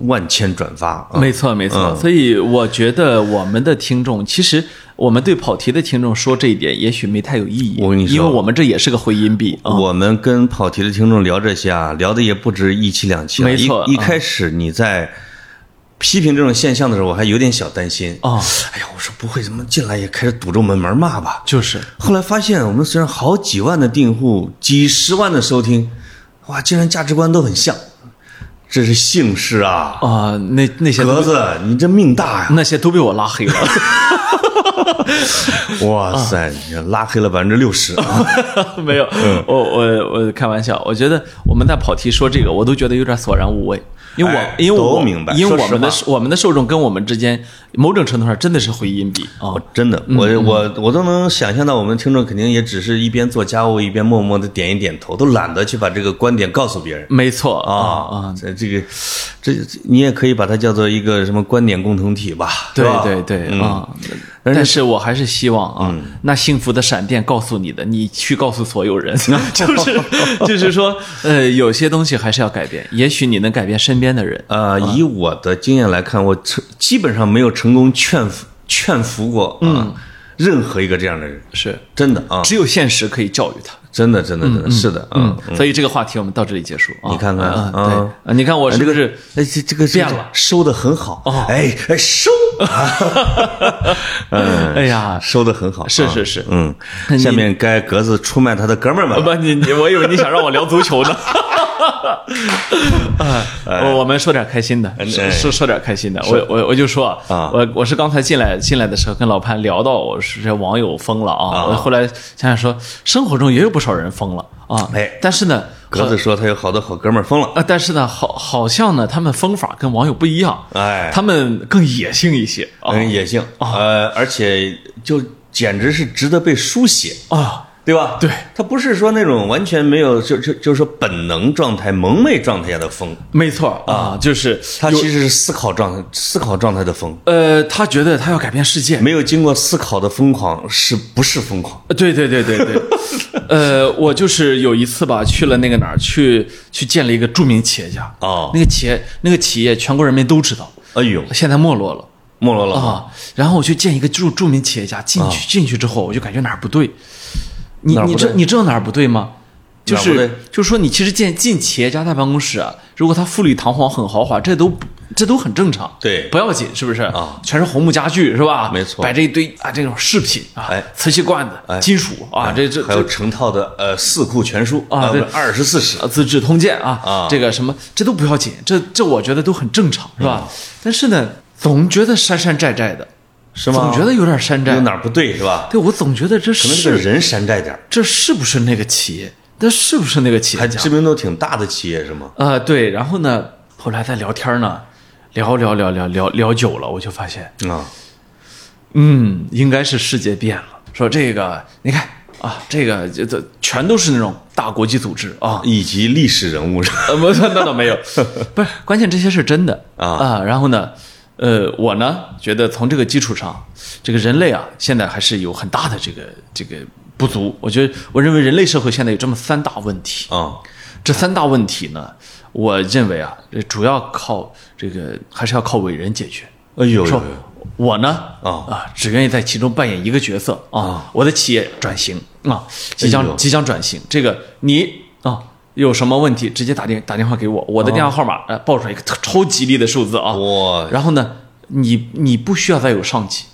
[SPEAKER 2] 万千转发啊。
[SPEAKER 1] 没错，没错。
[SPEAKER 2] 嗯
[SPEAKER 1] 所以我觉得我们的听众，其实我们对跑题的听众说这一点，也许没太有意义。
[SPEAKER 2] 我跟你说
[SPEAKER 1] 因为我们这也是个回音壁啊。
[SPEAKER 2] 我们跟跑题的听众聊这些啊，聊的也不止一期两期了。
[SPEAKER 1] 没错
[SPEAKER 2] 一一
[SPEAKER 1] 嗯
[SPEAKER 2] 开始你在批评这种现象的时候，我还有点小担心。
[SPEAKER 1] 哦，
[SPEAKER 2] 哎呀，我说不会怎么进来也开始堵着门门骂吧？
[SPEAKER 1] 就是
[SPEAKER 2] 后来发现，我们虽然好几万的订户、几十万的收听，哇，竟然价值观都很像，这是幸事啊！
[SPEAKER 1] 啊、那那些
[SPEAKER 2] 格
[SPEAKER 1] 都
[SPEAKER 2] 子，你这命大呀！
[SPEAKER 1] 那些都被我拉 黑了。
[SPEAKER 2] 哇
[SPEAKER 1] 啊
[SPEAKER 2] 塞，你拉黑了百分之六十，
[SPEAKER 1] 没有，
[SPEAKER 2] 嗯
[SPEAKER 1] 我我我开玩笑，我觉得我们在跑题说这个，我都觉得有点索然无味，因为我、
[SPEAKER 2] 哎
[SPEAKER 1] 因为我
[SPEAKER 2] 都明白
[SPEAKER 1] 因为
[SPEAKER 2] 说
[SPEAKER 1] 我
[SPEAKER 2] 实
[SPEAKER 1] 们的
[SPEAKER 2] 话
[SPEAKER 1] 我们的受众跟我们之间某种程度上真的是回音壁啊、
[SPEAKER 2] 我哦真的，我我我都能想象到，我们听众肯定也只是一边做家务一边默默的点一点头，都懒得去把这个观点告诉别人。
[SPEAKER 1] 没错
[SPEAKER 2] 啊
[SPEAKER 1] 啊啊，
[SPEAKER 2] 这这个，这这你也可以把它叫做一个什么观点共同体吧？是
[SPEAKER 1] 对
[SPEAKER 2] 吧
[SPEAKER 1] 对对
[SPEAKER 2] 嗯
[SPEAKER 1] 啊、
[SPEAKER 2] 但是
[SPEAKER 1] 但是我还是希望啊，那幸福的闪电告诉你的，你去告诉所有人， 就是就是说，呃，有些东西还是要改变，也许你能改变身边的人，
[SPEAKER 2] 呃，以我的经验来看，我成基本上没有成功劝服劝服过啊、任何一个这样的人，
[SPEAKER 1] 嗯是
[SPEAKER 2] 真的啊，
[SPEAKER 1] 只有现实可以教育他。
[SPEAKER 2] 真的真的真的、是的啊。
[SPEAKER 1] 嗯，所以这个话题我们到这里结束啊。
[SPEAKER 2] 你看看
[SPEAKER 1] 嗯
[SPEAKER 2] 啊
[SPEAKER 1] 嗯对，啊你看我
[SPEAKER 2] 哎
[SPEAKER 1] 是
[SPEAKER 2] 这
[SPEAKER 1] 不
[SPEAKER 2] 个
[SPEAKER 1] 是？
[SPEAKER 2] 哎，这这个
[SPEAKER 1] 变了
[SPEAKER 2] 收的很好
[SPEAKER 1] 哦
[SPEAKER 2] 哎哎，收，嗯，
[SPEAKER 1] 哎呀
[SPEAKER 2] 收的很好，
[SPEAKER 1] 是
[SPEAKER 2] 啊
[SPEAKER 1] 是是
[SPEAKER 2] 嗯，
[SPEAKER 1] 你呃
[SPEAKER 2] 下面该格子出卖他的哥们儿们了，
[SPEAKER 1] 不，你你，我以为你想让我聊足球 呢。啊，我我们说点开心的，说说说点开心的。我我我就说
[SPEAKER 2] 哎啊
[SPEAKER 1] 我我是刚才进来进来的时候跟老潘聊到，我是这网友疯了啊。我后来想想说，生活中也有不少人疯了啊。
[SPEAKER 2] 哎
[SPEAKER 1] 但是呢，
[SPEAKER 2] 格子说他有好多好哥们儿疯了，
[SPEAKER 1] 啊，但是呢，好好像呢，他们疯法跟网友不一样，
[SPEAKER 2] 哎
[SPEAKER 1] 他们更野性一些啊
[SPEAKER 2] 嗯，也行，呃，而且就简直是值得被书写，
[SPEAKER 1] 啊，
[SPEAKER 2] 对吧？
[SPEAKER 1] 对，
[SPEAKER 2] 他不是说那种完全没有，就就就是说本能状态、蒙昧状态下的疯，
[SPEAKER 1] 没错啊，就是
[SPEAKER 2] 他其实是思考状态、思考状态的疯，
[SPEAKER 1] 呃，他觉得他要改变世界。
[SPEAKER 2] 没有经过思考的疯狂是不是疯狂？
[SPEAKER 1] 对对对对 对，呃，我就是有一次吧，去了那个哪儿，去去见了一个著名企业家
[SPEAKER 2] 哦
[SPEAKER 1] 那个企业那个企业全国人民都知道，
[SPEAKER 2] 哎呦，
[SPEAKER 1] 现在没落了。
[SPEAKER 2] 没落了
[SPEAKER 1] 啊，然后我去见一个著著名企业家，进去、进去之后，我就感觉哪儿不对。你
[SPEAKER 2] 啊哪儿
[SPEAKER 1] 你
[SPEAKER 2] 不
[SPEAKER 1] 知
[SPEAKER 2] 对
[SPEAKER 1] 你知道哪儿不对吗？就
[SPEAKER 2] 哪儿不
[SPEAKER 1] 是
[SPEAKER 2] 对
[SPEAKER 1] 就是说，你其实见进企业家的办公室啊，如果他富丽堂皇、很豪华，这都不这都很正常，
[SPEAKER 2] 对
[SPEAKER 1] 不要紧，是不是
[SPEAKER 2] 啊？
[SPEAKER 1] 全是红木家具是吧？
[SPEAKER 2] 没错
[SPEAKER 1] 摆着一堆啊这种饰品啊
[SPEAKER 2] 哎，
[SPEAKER 1] 瓷器罐子、
[SPEAKER 2] 哎
[SPEAKER 1] 金属啊，这这
[SPEAKER 2] 还有
[SPEAKER 1] 这
[SPEAKER 2] 成套的呃《四库全书》
[SPEAKER 1] 啊对
[SPEAKER 2] 二十四史
[SPEAKER 1] 啊，《资治通鉴》啊
[SPEAKER 2] 啊，
[SPEAKER 1] 这个什么，这都不要紧，这这我觉得都很正常，是
[SPEAKER 2] 嗯
[SPEAKER 1] 吧？但是呢，总觉得山山寨寨的，
[SPEAKER 2] 是吗？
[SPEAKER 1] 总觉得有点山寨，
[SPEAKER 2] 有哪儿不对是吧？
[SPEAKER 1] 对，我总觉得这
[SPEAKER 2] 可能这个
[SPEAKER 1] 是
[SPEAKER 2] 人山寨点儿，
[SPEAKER 1] 这是不是那个企业？这是不是那个企
[SPEAKER 2] 还
[SPEAKER 1] 业家？
[SPEAKER 2] 知名度挺大的企业是吗？
[SPEAKER 1] 啊、对。然后呢，后来在聊天呢，聊聊聊聊聊聊久了，我就发现，
[SPEAKER 2] 啊，
[SPEAKER 1] 嗯，应该是世界变了。说这个，你看啊，这个这这全都是那种大国际组织啊，
[SPEAKER 2] 以及历史人物是吧
[SPEAKER 1] 呃，不，那倒没有， 不是，关键这些是真的
[SPEAKER 2] 啊
[SPEAKER 1] 然后呢，呃，我呢觉得从这个基础上，这个人类啊，现在还是有很大的这个这个不足。我觉得，我认为人类社会现在有这么三大问题。
[SPEAKER 2] 啊，
[SPEAKER 1] 这三大问题呢，我认为啊，这主要靠这个还是要靠伟人解决。
[SPEAKER 2] 哎呦呦
[SPEAKER 1] 说
[SPEAKER 2] 呦，
[SPEAKER 1] 我呢
[SPEAKER 2] 啊
[SPEAKER 1] 啊，只愿意在其中扮演一个角色啊。我的企业转型啊，即
[SPEAKER 2] 哎呦
[SPEAKER 1] 将即将转型，这个你啊有什么问题直接打电打电话给我，我的电话号码呃报出来一个特超吉利的数字啊。
[SPEAKER 2] 啊哇，
[SPEAKER 1] 然后呢，你你不需要再有上级，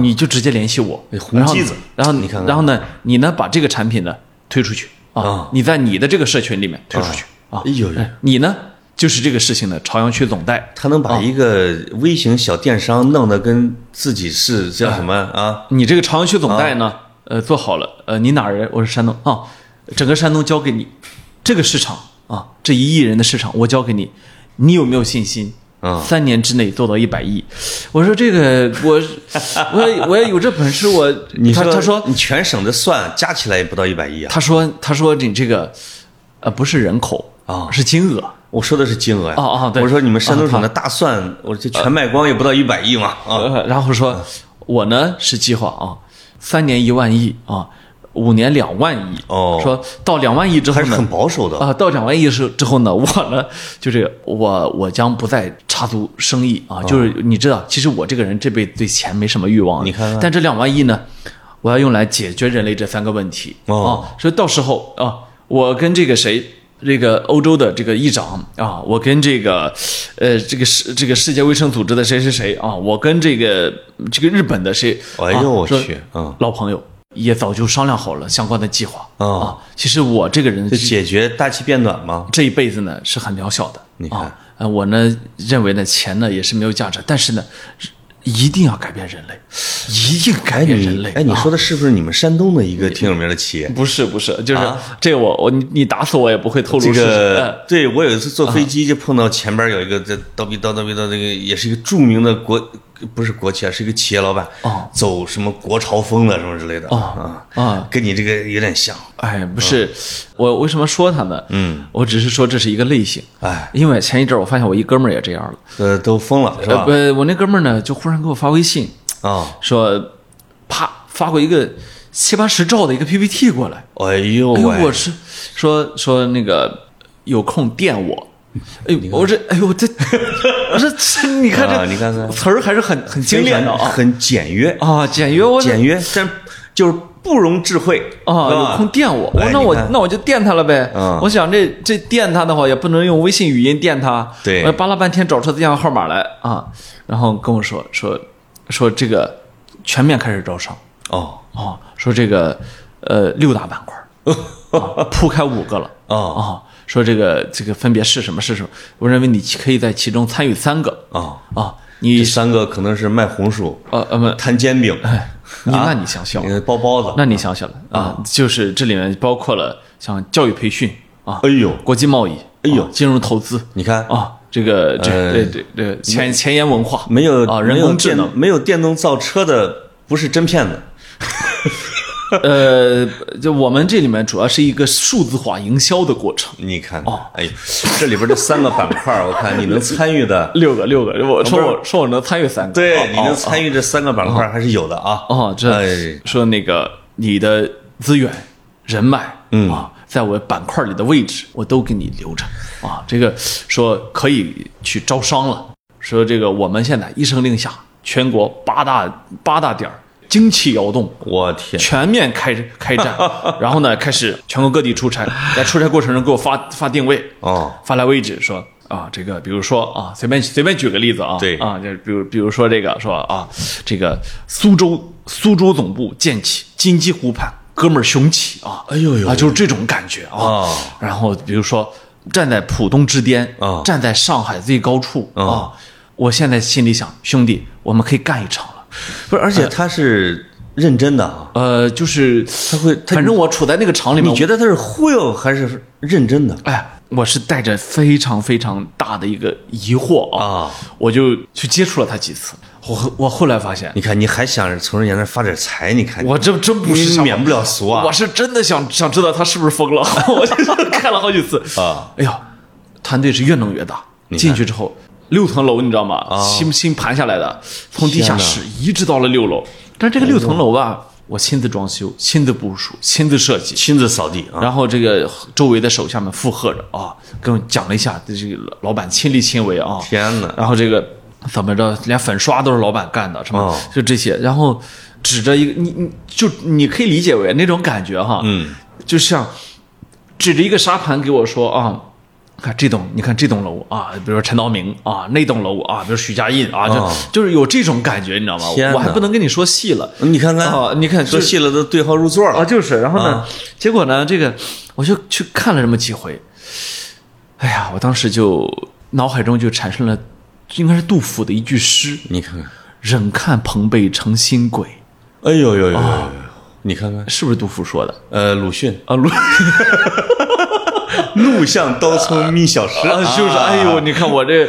[SPEAKER 1] 你就直接联系我。
[SPEAKER 2] 啊哎红
[SPEAKER 1] 然后
[SPEAKER 2] 机子
[SPEAKER 1] 然后
[SPEAKER 2] 你看看
[SPEAKER 1] 然后呢，你呢把这个产品呢推出去啊
[SPEAKER 2] 啊，
[SPEAKER 1] 你在你的这个社群里面推出去啊
[SPEAKER 2] 哎。呦呦，
[SPEAKER 1] 哎你呢就是这个事情的朝阳区总代，
[SPEAKER 2] 他能把一个
[SPEAKER 1] 啊
[SPEAKER 2] 微型小电商弄得跟自己是叫什么啊？
[SPEAKER 1] 你这个朝阳区总代呢，呃，做好了，呃，你哪儿人？我是山东啊，整个山东交给你，这个市场啊，这一亿人的市场我交给你，你有没有信心？
[SPEAKER 2] 嗯
[SPEAKER 1] 三年之内做到一百亿，我说这个我 我我也有这本事，我
[SPEAKER 2] 你
[SPEAKER 1] 他他说
[SPEAKER 2] 你全省的算加起来也不到一百亿啊！
[SPEAKER 1] 他说他说你这个呃不是人口
[SPEAKER 2] 啊
[SPEAKER 1] 是金额，
[SPEAKER 2] 我说的是金额呀！啊
[SPEAKER 1] 哦哦对
[SPEAKER 2] 我说你们山东省的大蒜，我这全卖光也不到一百亿嘛啊！
[SPEAKER 1] 呃，然后说，我呢是计划啊，三年一万亿啊，五年两万亿。
[SPEAKER 2] 哦
[SPEAKER 1] 说到两万亿之后
[SPEAKER 2] 还是
[SPEAKER 1] 呢，
[SPEAKER 2] 很保守的
[SPEAKER 1] 啊、到两万亿之之后呢，我呢就是我我将不再插足生意啊，就是你知道，其实我这个人这辈子对钱没什么欲望的，
[SPEAKER 2] 哦你看看
[SPEAKER 1] 但这两万亿呢，我要用来解决人类这三个问题
[SPEAKER 2] 哦
[SPEAKER 1] 啊，所以到时候啊，我跟这个谁。这个欧洲的这个议长啊，我跟这个，呃，这个世这个世界卫生组织的谁谁谁啊，我跟这个这个日本的谁，
[SPEAKER 2] 哎呦
[SPEAKER 1] 啊
[SPEAKER 2] 我
[SPEAKER 1] 说
[SPEAKER 2] 去嗯
[SPEAKER 1] 老朋友也早就商量好了相关的计划、
[SPEAKER 2] 哦
[SPEAKER 1] 啊。其实我这个人
[SPEAKER 2] 就解决大气变暖吗？
[SPEAKER 1] 这一辈子呢是很渺小的。
[SPEAKER 2] 你看
[SPEAKER 1] 啊，呃我呢认为呢钱呢也是没有价值，但是呢，一定要改变人类，一定改变人类。
[SPEAKER 2] 哎，你
[SPEAKER 1] 啊
[SPEAKER 2] 说的是不是你们山东的一个挺有名的企业？
[SPEAKER 1] 不是不是，就是、
[SPEAKER 2] 啊
[SPEAKER 1] 这个我我你你打死我也不会透露
[SPEAKER 2] 这
[SPEAKER 1] 是谁。呃嗯
[SPEAKER 2] 个对我有一次坐飞机就碰到前边有一个这叨逼叨叨逼叨，那个也是一个著名的国不是国企啊，是一个企业老板，
[SPEAKER 1] 哦
[SPEAKER 2] 走什么国潮风的什么之类的啊
[SPEAKER 1] 啊，
[SPEAKER 2] 跟你这个有点像，
[SPEAKER 1] 哎，不是，我为什么说他呢？嗯，我只是说这是一个类型。
[SPEAKER 2] 哎，
[SPEAKER 1] 因为前一阵儿我发现我一哥们儿也这样了，
[SPEAKER 2] 呃，都疯了是
[SPEAKER 1] 呃，
[SPEAKER 2] 吧？
[SPEAKER 1] 不，我那哥们儿呢就忽然给我发微信
[SPEAKER 2] 啊，
[SPEAKER 1] 说，啪发过一个七八十兆的一个 PPT 过来，
[SPEAKER 2] 哎呦
[SPEAKER 1] 哎呦，我
[SPEAKER 2] 喂，
[SPEAKER 1] 是说说那个有空电我。
[SPEAKER 2] 嗯
[SPEAKER 1] 哎呦，我这，哎呦，这，我这，这你看这，
[SPEAKER 2] 啊你看看
[SPEAKER 1] 词儿还是很很精炼的
[SPEAKER 2] 很
[SPEAKER 1] 啊
[SPEAKER 2] 很简约，
[SPEAKER 1] 啊，简约，我这
[SPEAKER 2] 简约，但就是不容智慧
[SPEAKER 1] 啊，
[SPEAKER 2] 是吧
[SPEAKER 1] 有空电我，哦
[SPEAKER 2] 哎
[SPEAKER 1] 我那
[SPEAKER 2] 你
[SPEAKER 1] 我
[SPEAKER 2] 看
[SPEAKER 1] 那我就电他了呗
[SPEAKER 2] 嗯。
[SPEAKER 1] 我想这这电他的话，也不能用微信语音电他，
[SPEAKER 2] 对
[SPEAKER 1] 我扒拉半天找出电话号码来啊，然后跟我说说说这个全面开始招商
[SPEAKER 2] 哦
[SPEAKER 1] 啊，说这个呃六大板块儿啊铺开五个了
[SPEAKER 2] 哦
[SPEAKER 1] 啊，说这个这个分别是什么是什么？我认为你可以在其中参与三个
[SPEAKER 2] 哦，
[SPEAKER 1] 啊，
[SPEAKER 2] 这
[SPEAKER 1] 你
[SPEAKER 2] 三个可能是啊卖红薯、
[SPEAKER 1] 呃呃不，
[SPEAKER 2] 摊煎饼、
[SPEAKER 1] 你那你想想
[SPEAKER 2] 那。个包包子，
[SPEAKER 1] 哎那你想想了啊，
[SPEAKER 2] 哦
[SPEAKER 1] 就是这里面包括了像教育培训啊，
[SPEAKER 2] 哎呦，
[SPEAKER 1] 国际贸易，
[SPEAKER 2] 哎呦
[SPEAKER 1] 啊金融投资
[SPEAKER 2] 你看
[SPEAKER 1] 啊，这个这
[SPEAKER 2] 呃
[SPEAKER 1] 这这这前前沿文化
[SPEAKER 2] 没有
[SPEAKER 1] 啊，
[SPEAKER 2] 没
[SPEAKER 1] 人
[SPEAKER 2] 有
[SPEAKER 1] 工智
[SPEAKER 2] 电
[SPEAKER 1] 能，
[SPEAKER 2] 没有电动造车的不是真骗子。
[SPEAKER 1] 呃，就我们这里面主要是一个数字化营销的过程。
[SPEAKER 2] 你看看，哎呦，这里边这三个板块儿，我看你能参与的，
[SPEAKER 1] 六个六个，我说
[SPEAKER 2] 不是
[SPEAKER 1] 我说我能参与三个，
[SPEAKER 2] 对，
[SPEAKER 1] 哦
[SPEAKER 2] 你能参与这三个板块儿还是有的啊。
[SPEAKER 1] 哦，这
[SPEAKER 2] 哎
[SPEAKER 1] 说那个你的资源、人脉，嗯啊，在我板块里的位置，我都给你留着啊。这个说可以去招商了，说这个我们现在一声令下，全国八大八大点儿精气摇动。
[SPEAKER 2] 我天，
[SPEAKER 1] 全面开开战，然后呢，开始全国各地出差，在出差过程中给我发发定位，
[SPEAKER 2] 哦，
[SPEAKER 1] 发来位置说啊，这个比如说啊，随便随便举个例子啊，
[SPEAKER 2] 对
[SPEAKER 1] 啊，就是比如比如说这个说啊，这个苏州苏州总部建起，金鸡湖畔哥们儿雄起啊，
[SPEAKER 2] 哎呦呦
[SPEAKER 1] 啊，就是这种感觉啊。
[SPEAKER 2] 哦
[SPEAKER 1] 然后比如说站在浦东之巅
[SPEAKER 2] 啊
[SPEAKER 1] 站在上海最高处啊、
[SPEAKER 2] 啊
[SPEAKER 1] 我现在心里想，兄弟，我们可以干一场了。
[SPEAKER 2] 不是，而且他是认真的啊。
[SPEAKER 1] 呃，就是
[SPEAKER 2] 他会他
[SPEAKER 1] 反正我处在那个场里面，
[SPEAKER 2] 你觉得他是忽悠还是认真的？
[SPEAKER 1] 哎，我是带着非常非常大的一个疑惑啊，
[SPEAKER 2] 啊
[SPEAKER 1] 我就去接触了他几次。我后我后来发现，
[SPEAKER 2] 你看，你还想着从人家那儿发点财？你看，
[SPEAKER 1] 我这真不是
[SPEAKER 2] 你
[SPEAKER 1] 想
[SPEAKER 2] 免不了俗啊
[SPEAKER 1] 我是真的想想知道他是不是疯了， 我就看了好几次
[SPEAKER 2] 啊。
[SPEAKER 1] 哎呀，团队是越弄越大，
[SPEAKER 2] 看
[SPEAKER 1] 进去之后六层楼你知道吗？
[SPEAKER 2] 啊
[SPEAKER 1] 新新盘下来的，从地
[SPEAKER 2] 天
[SPEAKER 1] 下
[SPEAKER 2] 哪
[SPEAKER 1] 室一直到了六楼。但这个六层楼吧，我亲自装修、亲自部署、亲自设计，
[SPEAKER 2] 亲自扫地啊！
[SPEAKER 1] 然后这个周围的手下们附和着啊，跟我讲了一下，这个老板亲力亲为啊。
[SPEAKER 2] 天哪
[SPEAKER 1] 然后这个怎么着，连粉刷都是老板干的，什么、
[SPEAKER 2] 哦
[SPEAKER 1] 就这些。然后指着一个你你就你可以理解为那种感觉哈，
[SPEAKER 2] 嗯，
[SPEAKER 1] 就像指着一个沙盘给我说啊。看这栋，你看这栋楼啊，比如说陈道明啊，那栋楼啊，比如许家印啊，就、
[SPEAKER 2] 哦
[SPEAKER 1] 就是有这种感觉，你知道吗
[SPEAKER 2] 天？哪
[SPEAKER 1] 我还不能跟你说细了，
[SPEAKER 2] 嗯哦你看看
[SPEAKER 1] 啊，你看
[SPEAKER 2] 说
[SPEAKER 1] 就是
[SPEAKER 2] 细了都对号入座
[SPEAKER 1] 啊，
[SPEAKER 2] 了。
[SPEAKER 1] 就是，然后呢，
[SPEAKER 2] 啊
[SPEAKER 1] 结果呢，这个我就去看了这么几回，哎呀，我当时就脑海中就产生了，应该是杜甫的一句诗
[SPEAKER 2] 你看看，：“
[SPEAKER 1] 忍看彭贝成新鬼
[SPEAKER 2] 哎呦呦呦呦呦！你看看”，
[SPEAKER 1] 是不是杜甫说的？
[SPEAKER 2] 呃，鲁迅
[SPEAKER 1] 啊， 鲁
[SPEAKER 2] “怒向刀葱觅小食”，
[SPEAKER 1] 啊，就是，哎呦，，你看我这，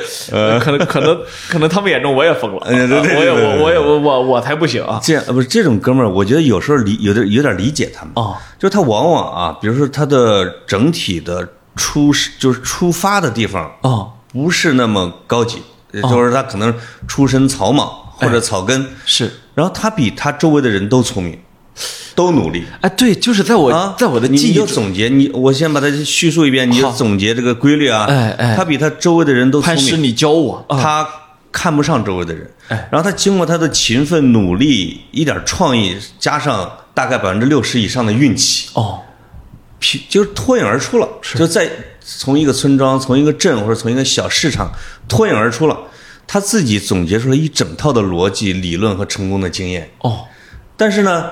[SPEAKER 1] 可能可 能可能他们眼中我也疯了，啊
[SPEAKER 2] 呃对对对
[SPEAKER 1] 我也
[SPEAKER 2] 对对
[SPEAKER 1] 我我也我我我才不行啊！
[SPEAKER 2] 这样呃不是这种哥们儿，我觉得有时候理有点有点理解他们
[SPEAKER 1] 哦，
[SPEAKER 2] 就是他往往啊，比如说他的整体的出就是出发的地方
[SPEAKER 1] 哦，
[SPEAKER 2] 不是那么高级，也就是他可能出身草莽
[SPEAKER 1] 哎
[SPEAKER 2] 或者草根，
[SPEAKER 1] 是，
[SPEAKER 2] 然后他比他周围的人都聪明，都努力。
[SPEAKER 1] 哎，对，就是在我、
[SPEAKER 2] 啊，
[SPEAKER 1] 在我的
[SPEAKER 2] 你
[SPEAKER 1] 记忆
[SPEAKER 2] 你就
[SPEAKER 1] 中，
[SPEAKER 2] 总结你，我先把它叙述一遍，你就总结这个规律啊。
[SPEAKER 1] 哎哎
[SPEAKER 2] 他比他周围的人都聪
[SPEAKER 1] 潘石
[SPEAKER 2] 明，
[SPEAKER 1] 你教我啊，
[SPEAKER 2] 他看不上周围的人，
[SPEAKER 1] 哎
[SPEAKER 2] 然后他经过他的勤奋努力，一点创意，加上大概百分之六十以上的运气，
[SPEAKER 1] 哦，
[SPEAKER 2] 匹就是脱颖而出了，就在从一个村庄、从一个镇或者从一个小市场脱颖而出了。他自己总结出了一整套的逻辑、理论和成功的经验，
[SPEAKER 1] 哦，
[SPEAKER 2] 但是呢，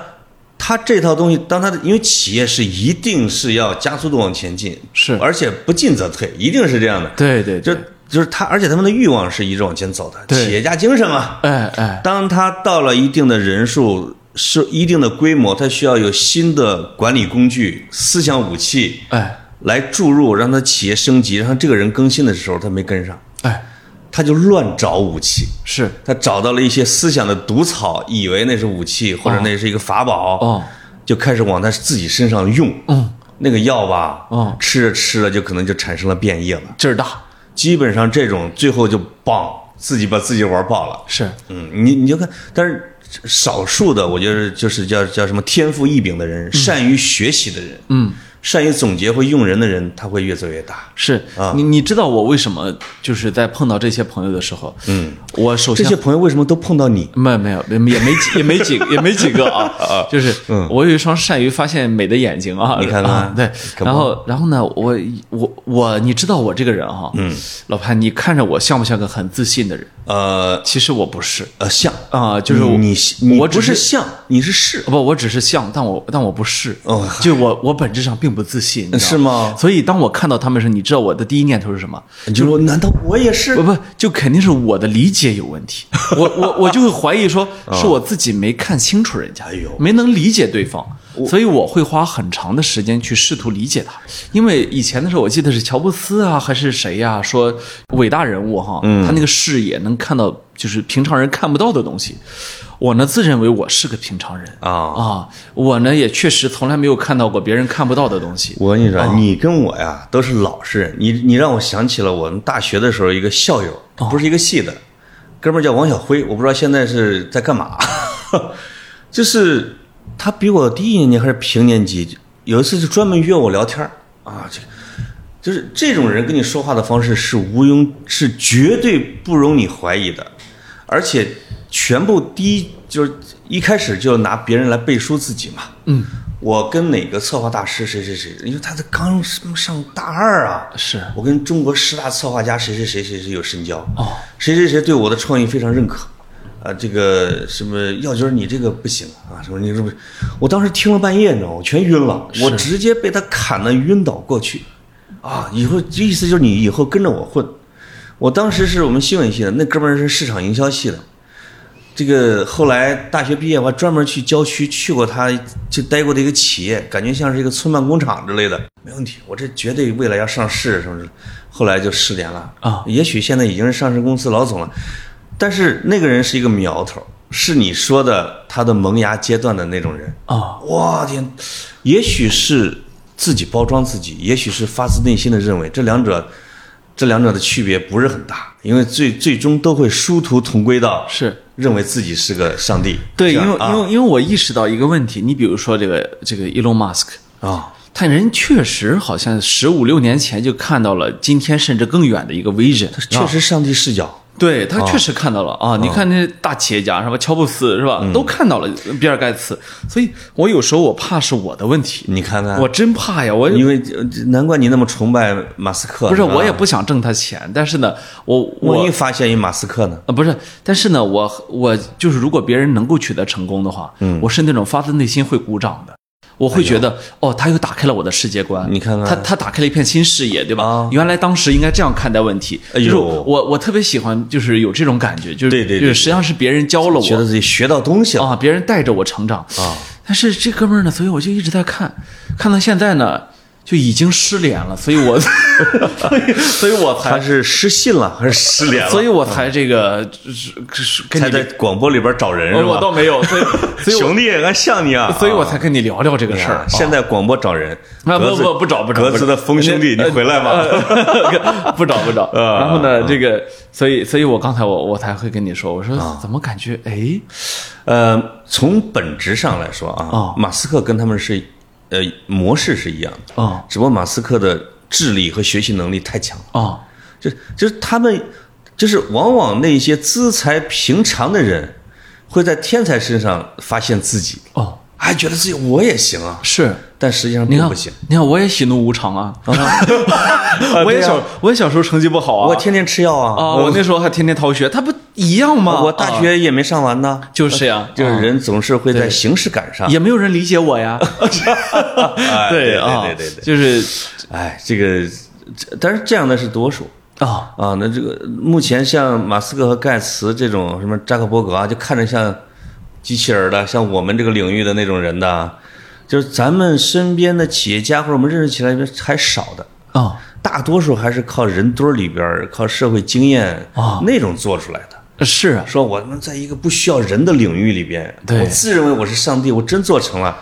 [SPEAKER 2] 他这套东西，当他的因为企业是一定是要加速度往前进，
[SPEAKER 1] 是
[SPEAKER 2] 而且不进则退，一定是这样的。
[SPEAKER 1] 对对对
[SPEAKER 2] 就就是他，而且他们的欲望是一直往前走的，
[SPEAKER 1] 对
[SPEAKER 2] 企业家精神嘛。
[SPEAKER 1] 哎哎。
[SPEAKER 2] 当他到了一定的人数，是一定的规模，他需要有新的管理工具、思想武器
[SPEAKER 1] 哎
[SPEAKER 2] 来注入，让他企业升级，让他这个人更新的时候，他没跟上，
[SPEAKER 1] 哎，
[SPEAKER 2] 他就乱找武器。
[SPEAKER 1] 是
[SPEAKER 2] 他找到了一些思想的毒草，以为那是武器或者那是一个法宝，
[SPEAKER 1] 哦
[SPEAKER 2] 就开始往他自己身上用。嗯，那个药吧，
[SPEAKER 1] 嗯
[SPEAKER 2] 吃着吃着就可能就产生了变异了。
[SPEAKER 1] 劲儿大，
[SPEAKER 2] 基本上这种最后就棒，自己把自己玩爆了。
[SPEAKER 1] 是
[SPEAKER 2] 嗯，你你就看，但是少数的，我觉得就是叫叫什么天赋异禀的人，善于学习的人，嗯，善于总结和用人的人，他会越做越大。
[SPEAKER 1] 是
[SPEAKER 2] 啊，
[SPEAKER 1] 你你知道我为什么就是在碰到这些朋友的时候，嗯，我首
[SPEAKER 2] 这
[SPEAKER 1] 先
[SPEAKER 2] 些朋友为什么都碰到你？
[SPEAKER 1] 没有没有也没几也没几也没几个 啊，就是我有一双善于发现美的眼睛啊，
[SPEAKER 2] 嗯你看看
[SPEAKER 1] 啊对，
[SPEAKER 2] 可不
[SPEAKER 1] 然后然后呢，我我我你知道我这个人哈，嗯，老潘，你看着我像不像个很自信的人？
[SPEAKER 2] 呃
[SPEAKER 1] 其实我不是
[SPEAKER 2] 呃，像
[SPEAKER 1] 啊，就是我
[SPEAKER 2] 你你
[SPEAKER 1] 我
[SPEAKER 2] 不
[SPEAKER 1] 只
[SPEAKER 2] 是像，你是是。
[SPEAKER 1] 不，我只是像，但我但我不是，
[SPEAKER 2] 哦
[SPEAKER 1] 就我我本质上并不自信，你知道
[SPEAKER 2] 是吗
[SPEAKER 1] 所以当我看到他们时，你知道我的第一念头是 什么？
[SPEAKER 2] 你就说，难道我也是
[SPEAKER 1] 不？不，就肯定是我的理解有问题，我我我就会怀疑说是我自己没看清楚人家，
[SPEAKER 2] 哦哎呦
[SPEAKER 1] 没能理解对方，所以我会花很长的时间去试图理解他。因为以前的时候，我记得是乔布斯啊，还是谁呀、说伟大人物哈，
[SPEAKER 2] 嗯
[SPEAKER 1] 他那个视野能看到就是平常人看不到的东西。我呢，自认为我是个平常人
[SPEAKER 2] 啊
[SPEAKER 1] 啊，我呢也确实从来没有看到过别人看不到的东西。
[SPEAKER 2] 我跟你说，你跟我呀都是老实人。你你让我想起了我们大学的时候一个校友，不是一个系的，哥们儿叫王小辉，我不知道现在是在干嘛。就是他比我低一年级还是平年级，有一次就专门约我聊天儿啊，这就是这种人跟你说话的方式是毋庸是绝对不容你怀疑的，而且全部第一就是一开始就拿别人来背书自己嘛。嗯，我跟哪个策划大师谁谁谁，因为他才刚上大二啊。
[SPEAKER 1] 是
[SPEAKER 2] 我跟中国十大策划家谁谁谁谁谁有深交
[SPEAKER 1] 哦，
[SPEAKER 2] 谁谁谁对我的创意非常认可，啊，这个什么耀军儿你这个不行啊，什么你这不，我当时听了半夜，你知道吗？我全晕了，我直接被他砍得晕倒过去，啊，以后这意思就是你以后跟着我混，我当时是我们新闻系的，那哥们儿是市场营销系的。这个后来大学毕业，我还专门去郊区去过他就待过的一个企业，感觉像是一个村办工厂之类的，没问题，我这绝对未来要上市什么之类的。后来就失联了
[SPEAKER 1] 啊
[SPEAKER 2] 也许现在已经是上市公司老总了，但是那个人是一个苗头，是你说的他的萌芽阶段的那种人
[SPEAKER 1] 啊！
[SPEAKER 2] 哇天，也许是自己包装自己，也许是发自内心的认为这两者，这两者的区别不是很大，因为最最终都会殊途同归到
[SPEAKER 1] 是
[SPEAKER 2] 认为自己是个上帝。
[SPEAKER 1] 对，
[SPEAKER 2] 这
[SPEAKER 1] 因
[SPEAKER 2] 样
[SPEAKER 1] 为
[SPEAKER 2] 啊
[SPEAKER 1] 因为因为我意识到一个问题，你比如说这个这个 Elon Musk，
[SPEAKER 2] 啊，
[SPEAKER 1] 他人确实好像十五六年前就看到了今天甚至更远的一个 vision，
[SPEAKER 2] 他哦确实上帝视角。
[SPEAKER 1] 对他确实看到了啊！你看那大企业
[SPEAKER 2] 嗯
[SPEAKER 1] 家什么乔布斯是吧，都看到了比尔盖茨，所以我有时候我怕是我的问题，
[SPEAKER 2] 你看看，
[SPEAKER 1] 我真怕呀！我
[SPEAKER 2] 嗯因为啊呃难怪你那么崇拜马斯克，
[SPEAKER 1] 不是
[SPEAKER 2] 吧
[SPEAKER 1] 我也不想挣他钱，但是呢，我
[SPEAKER 2] 万一
[SPEAKER 1] 我
[SPEAKER 2] 发现一马斯克呢？
[SPEAKER 1] 呃不是，但是呢，我我就是如果别人能够取得成功的话，
[SPEAKER 2] 嗯
[SPEAKER 1] 我是那种发自内心会鼓掌的。我会觉得、哦，他又打开了我的世界观。
[SPEAKER 2] 哎你看看
[SPEAKER 1] 他他打开了一片新视野，对吧？
[SPEAKER 2] 啊
[SPEAKER 1] 原来当时应该这样看待问题。
[SPEAKER 2] 哎呦
[SPEAKER 1] 就是我我特别喜欢，就是有这种感觉，就是
[SPEAKER 2] 对对对
[SPEAKER 1] 就是实际上是别人教了我，
[SPEAKER 2] 觉得自己学到东西了。
[SPEAKER 1] 啊，别人带着我成长
[SPEAKER 2] 啊。
[SPEAKER 1] 但是这哥们儿呢，所以我就一直在看，看到现在呢，就已经失联了，所以我，所以所以我
[SPEAKER 2] 他
[SPEAKER 1] 才，
[SPEAKER 2] 是失信了还是失联了？嗯
[SPEAKER 1] 所以我才这个，是是跟
[SPEAKER 2] 才
[SPEAKER 1] 你哦
[SPEAKER 2] 在广播里边找人是
[SPEAKER 1] 我
[SPEAKER 2] 吧？
[SPEAKER 1] 倒没有，所 以所以我
[SPEAKER 2] 兄弟，俺像你啊！
[SPEAKER 1] 所以我才跟你聊聊这个
[SPEAKER 2] 啊
[SPEAKER 1] 事儿。
[SPEAKER 2] 现在广播找人，
[SPEAKER 1] 啊不
[SPEAKER 2] 格子
[SPEAKER 1] 不不找不找呃
[SPEAKER 2] 格子的疯兄弟，你回来吧。
[SPEAKER 1] 啊 不找不找，
[SPEAKER 2] 啊
[SPEAKER 1] 然后呢，这个，所以，所以我刚才我我才会跟你说，我说
[SPEAKER 2] 啊
[SPEAKER 1] 怎么感觉哎，
[SPEAKER 2] 呃，从本质上来说啊
[SPEAKER 1] 哦，
[SPEAKER 2] 马斯克跟他们是呃模式是一样的，
[SPEAKER 1] 哦
[SPEAKER 2] 只不过马斯克的智力和学习能力太强了，
[SPEAKER 1] 哦，
[SPEAKER 2] 就就是他们就是往往那些资财平常的人，会在天才身上发现自己，
[SPEAKER 1] 哦，
[SPEAKER 2] 还觉得自己我也行啊，
[SPEAKER 1] 是，
[SPEAKER 2] 但实际上
[SPEAKER 1] 你
[SPEAKER 2] 并
[SPEAKER 1] 看
[SPEAKER 2] 不行。，啊
[SPEAKER 1] 你看，我也喜怒无常啊， 我也小，我也小时候成绩不好啊，
[SPEAKER 2] 我天天吃药啊，
[SPEAKER 1] 啊，我那时候还天天逃学，他不一样吗？
[SPEAKER 2] 我大
[SPEAKER 1] 啊
[SPEAKER 2] 学也没上完呢。
[SPEAKER 1] 就是呀，
[SPEAKER 2] 就是人总是会在
[SPEAKER 1] 对
[SPEAKER 2] 形式感 上
[SPEAKER 1] 啊，也没有人理解我呀。
[SPEAKER 2] 哎对
[SPEAKER 1] 啊，
[SPEAKER 2] 对对对对，
[SPEAKER 1] 就是
[SPEAKER 2] 哎，这个，这但是这样的是多数
[SPEAKER 1] 啊，
[SPEAKER 2] 啊。那这个目前像马斯克和盖茨这种什么扎克伯格啊，就看着像机器人儿的，像我们这个领域的那种人的啊，就是咱们身边的企业家或者我们认识起来还少的。
[SPEAKER 1] 啊，
[SPEAKER 2] 大多数还是靠人堆儿里边儿，靠社会经验
[SPEAKER 1] 啊
[SPEAKER 2] 那种做出来的。
[SPEAKER 1] 是啊，
[SPEAKER 2] 说我们在一个不需要人的领域里边，
[SPEAKER 1] 对
[SPEAKER 2] 我自认为我是上帝，我真做成了，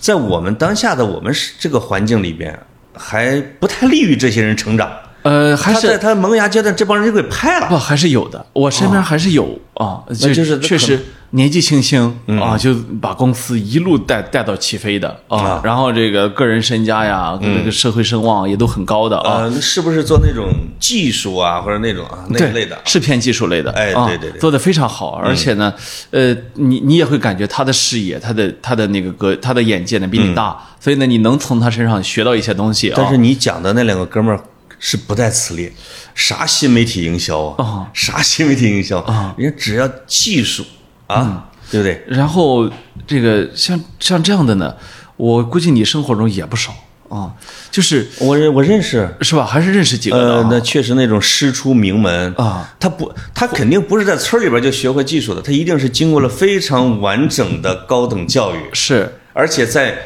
[SPEAKER 2] 在我们当下的我们是这个环境里边，还不太利于这些人成长。
[SPEAKER 1] 呃，还
[SPEAKER 2] 他在
[SPEAKER 1] 是
[SPEAKER 2] 他萌芽阶段，这帮人就给拍
[SPEAKER 1] 不
[SPEAKER 2] 了。
[SPEAKER 1] 还是有的，我身边还是有啊，
[SPEAKER 2] 哦那就是
[SPEAKER 1] 确
[SPEAKER 2] 可能嗯
[SPEAKER 1] 实年纪轻轻啊，就把公司一路带带到起飞的
[SPEAKER 2] 啊嗯
[SPEAKER 1] 啊，然后这个个人身家呀，跟这个社会声望也都很高的啊，
[SPEAKER 2] 啊，那是不是做那种技术啊，或者那种啊那
[SPEAKER 1] 对
[SPEAKER 2] 一类的？
[SPEAKER 1] 是偏技术类的，
[SPEAKER 2] 哎
[SPEAKER 1] 啊
[SPEAKER 2] 对对对嗯
[SPEAKER 1] 做的非常好，而且呢，呃，你你也会感觉他的视野，他的他的那个格，他的眼界呢比你大，所以呢，你能从他身上学到一些东西啊。
[SPEAKER 2] 嗯但是你讲的那两个哥们儿是不带此列，啥新媒体营销啊
[SPEAKER 1] 啊，
[SPEAKER 2] 啥新媒体营销啊，人家只要技术啊，对不对？
[SPEAKER 1] 然后这个像像这样的呢，我估计你生活中也不少啊，就是
[SPEAKER 2] 我认我认识，
[SPEAKER 1] 是吧？还是认识几个的
[SPEAKER 2] 呃
[SPEAKER 1] 啊，
[SPEAKER 2] 那确实那种师出名门
[SPEAKER 1] 啊，
[SPEAKER 2] 他不，他肯定不是在村里边就学会技术的，他一定是经过了非常完整的高等教育，
[SPEAKER 1] 是
[SPEAKER 2] 而且在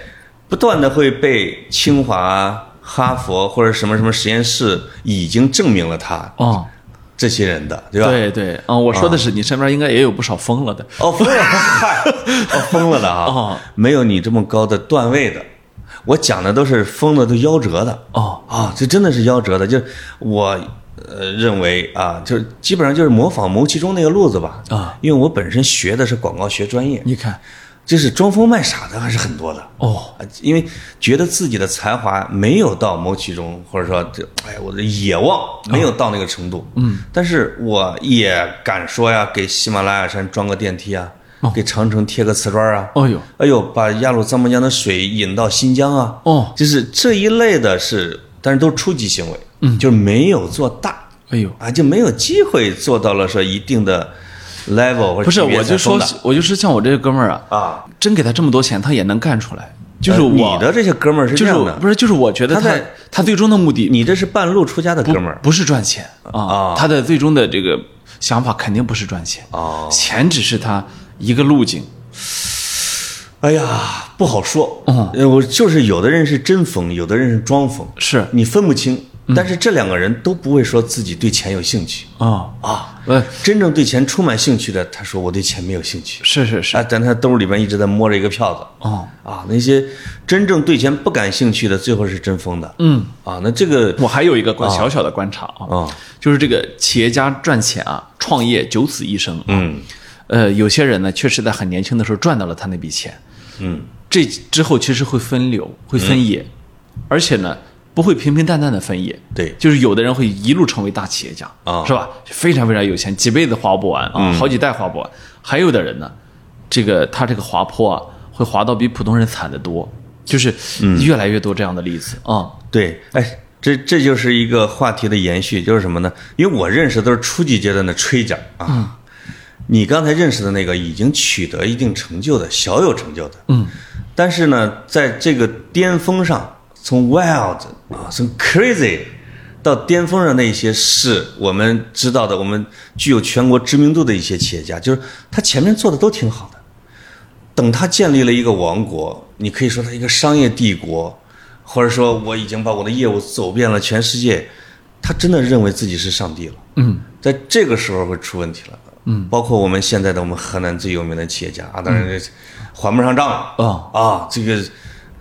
[SPEAKER 2] 不断的会被清华、哈佛或者什么什么实验室已经证明了他
[SPEAKER 1] 啊，
[SPEAKER 2] 这些人的，哦对吧？
[SPEAKER 1] 对对啊，我说的是你身边应该也有不少疯了的
[SPEAKER 2] 哦，疯了，嗨，哦，疯了的啊，
[SPEAKER 1] 哦
[SPEAKER 2] 没有你这么高的段位的，我讲的都是疯了都夭折的。
[SPEAKER 1] 哦
[SPEAKER 2] 啊，这真的是夭折的。就是我呃认为啊，就是基本上就是模仿牟其中那个路子吧。
[SPEAKER 1] 啊，
[SPEAKER 2] 因为我本身学的是广告学专业，
[SPEAKER 1] 你看
[SPEAKER 2] 就是装疯卖傻的还是很多的。
[SPEAKER 1] 哦，
[SPEAKER 2] 啊，因为觉得自己的才华没有到牟其中，或者说这，哎呀，我的野望没有到那个程度。嗯，但是我也敢说呀，给喜马拉雅山装个电梯啊，给长城贴个瓷砖啊，
[SPEAKER 1] 哦呦，
[SPEAKER 2] 哎呦，把雅鲁藏布江的水引到新疆啊，
[SPEAKER 1] 哦
[SPEAKER 2] 就是这一类的是，但是都是初级行为，嗯，就是没有做大
[SPEAKER 1] 哎呦。
[SPEAKER 2] 啊，就没有机会做到了说一定的 level 或者
[SPEAKER 1] 不是，
[SPEAKER 2] 级别
[SPEAKER 1] 我就
[SPEAKER 2] 才
[SPEAKER 1] 说
[SPEAKER 2] 疯的，
[SPEAKER 1] 我就说像我这个哥们儿啊，
[SPEAKER 2] 啊，
[SPEAKER 1] 真给他这么多钱，他也能干出来。就是
[SPEAKER 2] 呃
[SPEAKER 1] 我、
[SPEAKER 2] 你的这些哥们儿是
[SPEAKER 1] 就
[SPEAKER 2] 这样
[SPEAKER 1] 是
[SPEAKER 2] 的，
[SPEAKER 1] 不是就是我觉得
[SPEAKER 2] 他
[SPEAKER 1] 他
[SPEAKER 2] 在
[SPEAKER 1] 最终的目的
[SPEAKER 2] 你这是半路出家的哥们儿
[SPEAKER 1] 不是赚钱啊，
[SPEAKER 2] 啊
[SPEAKER 1] 他的最终的这个想法肯定不是赚钱，
[SPEAKER 2] 哦。
[SPEAKER 1] 钱只是他一个路径。
[SPEAKER 2] 哎呀，嗯不好说。呃我就是有的人是真疯，有的人是装疯，嗯
[SPEAKER 1] 是
[SPEAKER 2] 你分不清。但是这两个人都不会说自己对钱有兴趣
[SPEAKER 1] 啊，
[SPEAKER 2] 啊。
[SPEAKER 1] 呃，
[SPEAKER 2] 真正对钱充满兴趣的，他说我对钱没有兴趣
[SPEAKER 1] 是是是，
[SPEAKER 2] 啊，但他兜里边一直在摸着一个票子
[SPEAKER 1] 哦，
[SPEAKER 2] 啊。那些真正对钱不感兴趣的，最后是真疯的。嗯啊，那这个
[SPEAKER 1] 我还有一个观小小的观察啊，
[SPEAKER 2] 啊
[SPEAKER 1] 就是这个企业家赚钱啊，创业九死一生。
[SPEAKER 2] 嗯，
[SPEAKER 1] 呃，有些人呢，确实在很年轻的时候赚到了他那笔钱，
[SPEAKER 2] 嗯，
[SPEAKER 1] 这之后其实会分流，会分野，而且呢，不会平平淡淡的分野。
[SPEAKER 2] 嗯对
[SPEAKER 1] 就是有的人会一路成为大企业家
[SPEAKER 2] 啊嗯
[SPEAKER 1] 是吧？非常非常有钱，几辈子花不完啊，好几代花不完。还有的人呢，这个他这个滑坡啊，会滑到比普通人惨得多，就是
[SPEAKER 2] 嗯
[SPEAKER 1] 越来越多这样的例子啊、
[SPEAKER 2] 对，哎，这这就是一个话题的延续，就是什么呢？因为我认识都是初级阶段的吹者啊。你刚才认识的那个已经取得一定成就的，小有成就的，嗯，但是呢，在这个巅峰上，从 wild 啊，从 crazy 到巅峰上那些，是我们知道的，我们具有全国知名度的一些企业家，就是他前面做的都挺好的，等他建立了一个王国，你可以说他一个商业帝国，或者说我已经把我的业务走遍了全世界，他真的认为自己是上帝了。嗯，在这个时候会出问题了。嗯，包括我们现在的我们河南最有名的企业家啊，当然这还不上账了
[SPEAKER 1] 啊
[SPEAKER 2] 啊，这个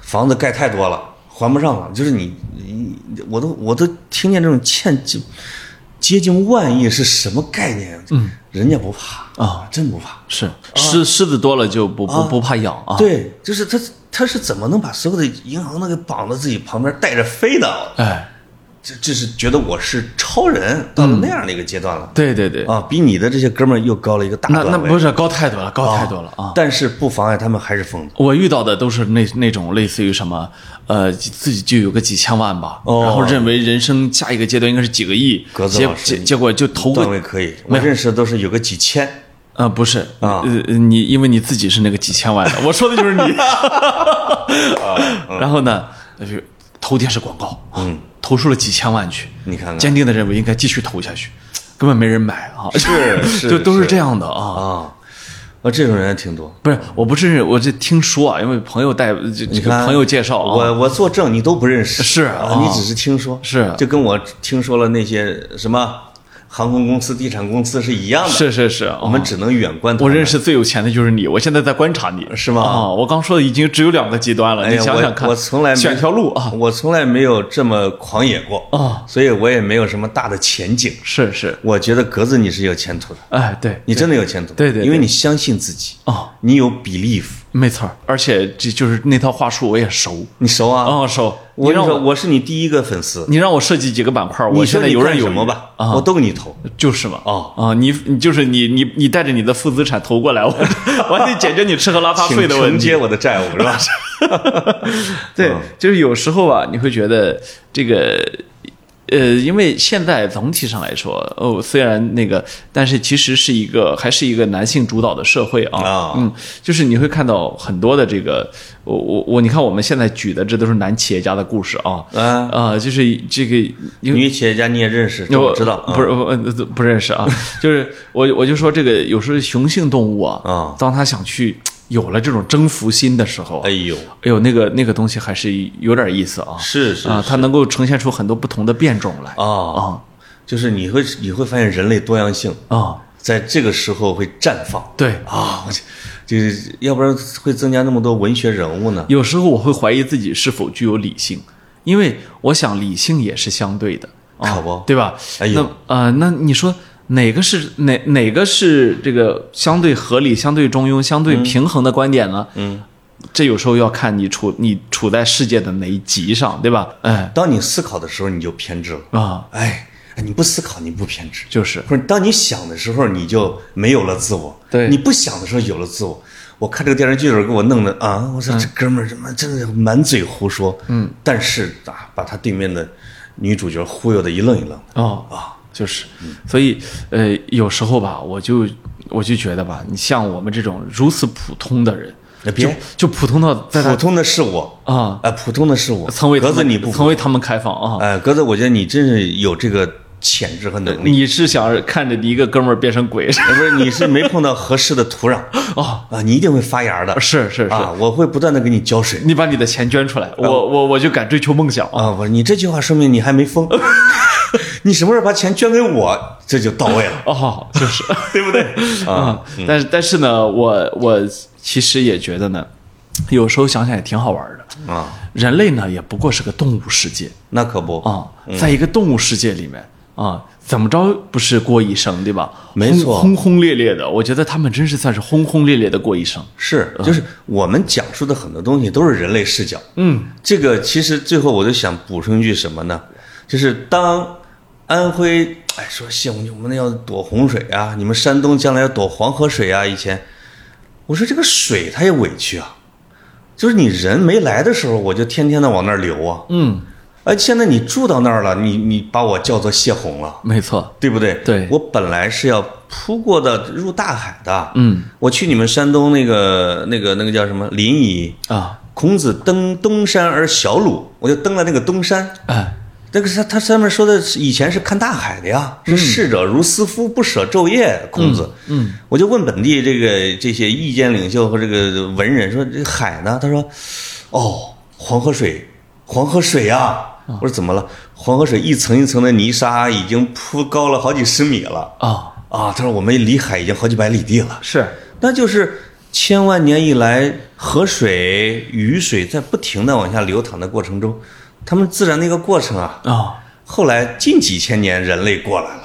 [SPEAKER 2] 房子盖太多了，还不上了。就是你你我都我都听见这种欠就接近万亿是什么概念？嗯，人家不怕啊，真不怕。
[SPEAKER 1] 是狮狮子多了就不不不怕痒啊。
[SPEAKER 2] 对，就是他他是怎么能把所有的银行都给绑到自己旁边带着飞的？
[SPEAKER 1] 哎，
[SPEAKER 2] 这这是觉得我是超人，到
[SPEAKER 1] 嗯
[SPEAKER 2] 了那样的一个阶段了、
[SPEAKER 1] 对对对，
[SPEAKER 2] 啊，比你的这些哥们儿又高了一个大
[SPEAKER 1] 那
[SPEAKER 2] 段位。
[SPEAKER 1] 那不是高太多了，高太多了啊！
[SPEAKER 2] 但是不妨碍他们还是疯子。
[SPEAKER 1] 我遇到的都是那那种类似于什么，呃，自己就有个几千万吧，
[SPEAKER 2] 哦
[SPEAKER 1] 然后认为人生下一个阶段应该是几个亿，
[SPEAKER 2] 格子
[SPEAKER 1] 结
[SPEAKER 2] 老师
[SPEAKER 1] 结结果就投
[SPEAKER 2] 段位
[SPEAKER 1] 个，
[SPEAKER 2] 可以，我认识的都是有个几千，
[SPEAKER 1] 呃，不是
[SPEAKER 2] 啊
[SPEAKER 1] 呃，你因为你自己是那个几千万的， 我说的 就是你。
[SPEAKER 2] 啊嗯
[SPEAKER 1] 然后呢，就是投电视广告，嗯，投出了几千万去，
[SPEAKER 2] 你看看
[SPEAKER 1] 坚定的认为应该继续投下去，根本没人买啊，
[SPEAKER 2] 是是
[SPEAKER 1] 就都是
[SPEAKER 2] 是
[SPEAKER 1] 这样的啊。
[SPEAKER 2] 啊，啊，这种人还挺多。
[SPEAKER 1] 不是，我不是，我这听说啊，因为朋友带，这这
[SPEAKER 2] 你
[SPEAKER 1] 个
[SPEAKER 2] 看
[SPEAKER 1] 朋友介绍啊，
[SPEAKER 2] 我我作证，你都不认识，
[SPEAKER 1] 是
[SPEAKER 2] 啊
[SPEAKER 1] 啊，
[SPEAKER 2] 你只是听说，
[SPEAKER 1] 是
[SPEAKER 2] 就跟我听说了那些什么航空公司、地产公司是一样的。，
[SPEAKER 1] 是是是，
[SPEAKER 2] 我
[SPEAKER 1] 我
[SPEAKER 2] 们只能远观。
[SPEAKER 1] 我认。识最有钱的就是你，我现在在观察你，
[SPEAKER 2] 是吗
[SPEAKER 1] 啊，我刚说的已经只有两个极端了，
[SPEAKER 2] 哎
[SPEAKER 1] 你
[SPEAKER 2] 呀，
[SPEAKER 1] 想想看，
[SPEAKER 2] 我我从来没
[SPEAKER 1] 选条路啊，
[SPEAKER 2] 我从来没有这么狂野过
[SPEAKER 1] 啊，
[SPEAKER 2] 所以我也没有什么大的前景。
[SPEAKER 1] 是是，
[SPEAKER 2] 我觉得格子你是有前途的，
[SPEAKER 1] 哎，对，
[SPEAKER 2] 你真的有前途，
[SPEAKER 1] 对对对
[SPEAKER 2] 因为你相信自己
[SPEAKER 1] 哦，
[SPEAKER 2] 你有 belief，
[SPEAKER 1] 没错儿，而且这就是那套话术我也熟，
[SPEAKER 2] 你熟啊？
[SPEAKER 1] 啊熟，你
[SPEAKER 2] 我跟
[SPEAKER 1] 让
[SPEAKER 2] 你说，
[SPEAKER 1] 我
[SPEAKER 2] 我是你第一个粉丝，
[SPEAKER 1] 你让我设计几个板块，我
[SPEAKER 2] 你说
[SPEAKER 1] 现在
[SPEAKER 2] 你
[SPEAKER 1] 游刃
[SPEAKER 2] 干
[SPEAKER 1] 有
[SPEAKER 2] 什
[SPEAKER 1] 余
[SPEAKER 2] 么吧，
[SPEAKER 1] 啊
[SPEAKER 2] 我，都给你投。
[SPEAKER 1] 就是嘛，
[SPEAKER 2] 哦
[SPEAKER 1] 啊，你你就是你你你带着你的负资产投过来，我我还得解决你吃喝拉撒
[SPEAKER 2] 请
[SPEAKER 1] 睡的问
[SPEAKER 2] 承
[SPEAKER 1] 题
[SPEAKER 2] 接，我的债务是吧？
[SPEAKER 1] 对
[SPEAKER 2] 嗯，
[SPEAKER 1] 就是有时候啊，你会觉得这个，呃，因为现在总体上来说，哦，虽然那个，但是其实是一个还是一个男性主导的社会 啊，
[SPEAKER 2] 啊
[SPEAKER 1] 嗯，就是你会看到很多的这个，我我我，你看我们现在举的这都是男企业家的故事啊，
[SPEAKER 2] 啊，
[SPEAKER 1] 啊、就是这个因为。
[SPEAKER 2] 女企业家你也认识，这
[SPEAKER 1] 我
[SPEAKER 2] 我知道，嗯
[SPEAKER 1] 不是我我不认 识啊，就是我我就说这个有时候雄性动物啊，
[SPEAKER 2] 啊
[SPEAKER 1] 当他想去有了这种征服心的时候啊
[SPEAKER 2] 嗯，哎，呦，
[SPEAKER 1] 哎呦，那个那个东西还是有点意思啊，
[SPEAKER 2] 是是
[SPEAKER 1] 啊，它能够呈现出很多不同的变种来
[SPEAKER 2] 啊，
[SPEAKER 1] 啊
[SPEAKER 2] 就是你会你会发现人类多样性
[SPEAKER 1] 啊，
[SPEAKER 2] 在这个时候会绽放。
[SPEAKER 1] 对，
[SPEAKER 2] 啊，我这就是要不然会增加那么多文学人物呢？
[SPEAKER 1] 有时候我会怀疑自己是否具有理性，因为我想理性也是相对的，啊、
[SPEAKER 2] 可不
[SPEAKER 1] 对吧？
[SPEAKER 2] 哎呦
[SPEAKER 1] 那呃，那你说哪个是哪哪个是这个相对合理、相对中庸、相
[SPEAKER 2] 嗯
[SPEAKER 1] 对平衡的观点呢？嗯，这有时候要看你处你处在世界的哪一级上，对吧？哎
[SPEAKER 2] 当你思考的时候，你就偏执了。
[SPEAKER 1] 啊，
[SPEAKER 2] 哎，你不思考，你不偏执；
[SPEAKER 1] 就是
[SPEAKER 2] 或者当你想的时候，你就没有了自我。
[SPEAKER 1] 对
[SPEAKER 2] 你不想的时候有了自我。我看这个电视剧的时候，给我弄的啊！我说
[SPEAKER 1] 嗯
[SPEAKER 2] 这哥们儿他妈真的满嘴胡说。嗯，但是啊，把他对面的女主角忽悠的一愣一愣的。
[SPEAKER 1] 哦啊，就是，所以呃，有时候吧，我就我就觉得吧，你像我们这种如此普通的人，
[SPEAKER 2] 那呃别
[SPEAKER 1] 就就普通到在
[SPEAKER 2] 普
[SPEAKER 1] 他
[SPEAKER 2] 通的是我
[SPEAKER 1] 啊，
[SPEAKER 2] 哎，普通的是我。呃
[SPEAKER 1] 曾为他
[SPEAKER 2] 格
[SPEAKER 1] 们
[SPEAKER 2] 子你不
[SPEAKER 1] 曾为他们开放啊，
[SPEAKER 2] 哎，格子，我觉得你真是有这个潜质和能力。
[SPEAKER 1] 你是想看着你一个哥们儿变成鬼是吧？
[SPEAKER 2] 呃不是，你是没碰到合适的土壤
[SPEAKER 1] 哦
[SPEAKER 2] 啊，你一定会发芽的。
[SPEAKER 1] 是是是，
[SPEAKER 2] 啊，我会不断的给你浇水
[SPEAKER 1] 你把你的钱捐出来，
[SPEAKER 2] 呃
[SPEAKER 1] 我我我就敢追求梦想啊！
[SPEAKER 2] 啊。不是，你这句话说明你还没疯。 你什么时候把钱捐给我，这就到位了，
[SPEAKER 1] 哦，就是。
[SPEAKER 2] 对不对？ 啊，
[SPEAKER 1] 啊，但是但是呢，我我其实也觉得呢，有时候想想也挺好玩的。
[SPEAKER 2] 啊，
[SPEAKER 1] 人类呢，也不过是个动物世界
[SPEAKER 2] 那可不
[SPEAKER 1] 啊，
[SPEAKER 2] 嗯
[SPEAKER 1] 在一个动物世界里面啊，怎么着不是过一生对吧？
[SPEAKER 2] 没
[SPEAKER 1] 轰
[SPEAKER 2] 错
[SPEAKER 1] 轰轰烈烈的，我觉得他们真是算是轰轰烈烈的过一生。
[SPEAKER 2] 是，就是
[SPEAKER 1] 嗯
[SPEAKER 2] 我们讲述的很多东西都是人类视角。嗯，这个其实最后我就想补充一句什么呢？就是当安徽哎说谢红军，我们要躲洪水啊，你们山东将来要躲黄河水啊，以前我说这个水它也委屈啊，就是你人没来的时候，我就天天的往那儿流啊。
[SPEAKER 1] 嗯，
[SPEAKER 2] 而现在你住到那儿了，你你把我叫做泄洪了。
[SPEAKER 1] 没错，
[SPEAKER 2] 对不对？
[SPEAKER 1] 对
[SPEAKER 2] 我本来是要扑过的入大海的。
[SPEAKER 1] 嗯，
[SPEAKER 2] 我去你们山东那个那个那个叫什么临沂，
[SPEAKER 1] 啊，
[SPEAKER 2] 孔子登东山而小鲁，我就登了那个东山。
[SPEAKER 1] 哎，
[SPEAKER 2] 那个是他他上面说的是以前是看大海的呀，是逝者如斯夫，不舍昼夜。孔子，嗯，我就问本地这个这些意见领袖和这个文人说这海呢？他说，哦，黄河水，黄河水呀、我说怎么了？黄河水一层一层的泥沙已经铺高了好几十米了
[SPEAKER 1] 啊，
[SPEAKER 2] 啊！他说我们离海已经好几百里地了。
[SPEAKER 1] 是
[SPEAKER 2] 那就是千万年以来河水、雨水在不停的往下流淌的过程中，它们自然的一个过程啊。
[SPEAKER 1] 啊，
[SPEAKER 2] 后来近几千年人类过来了，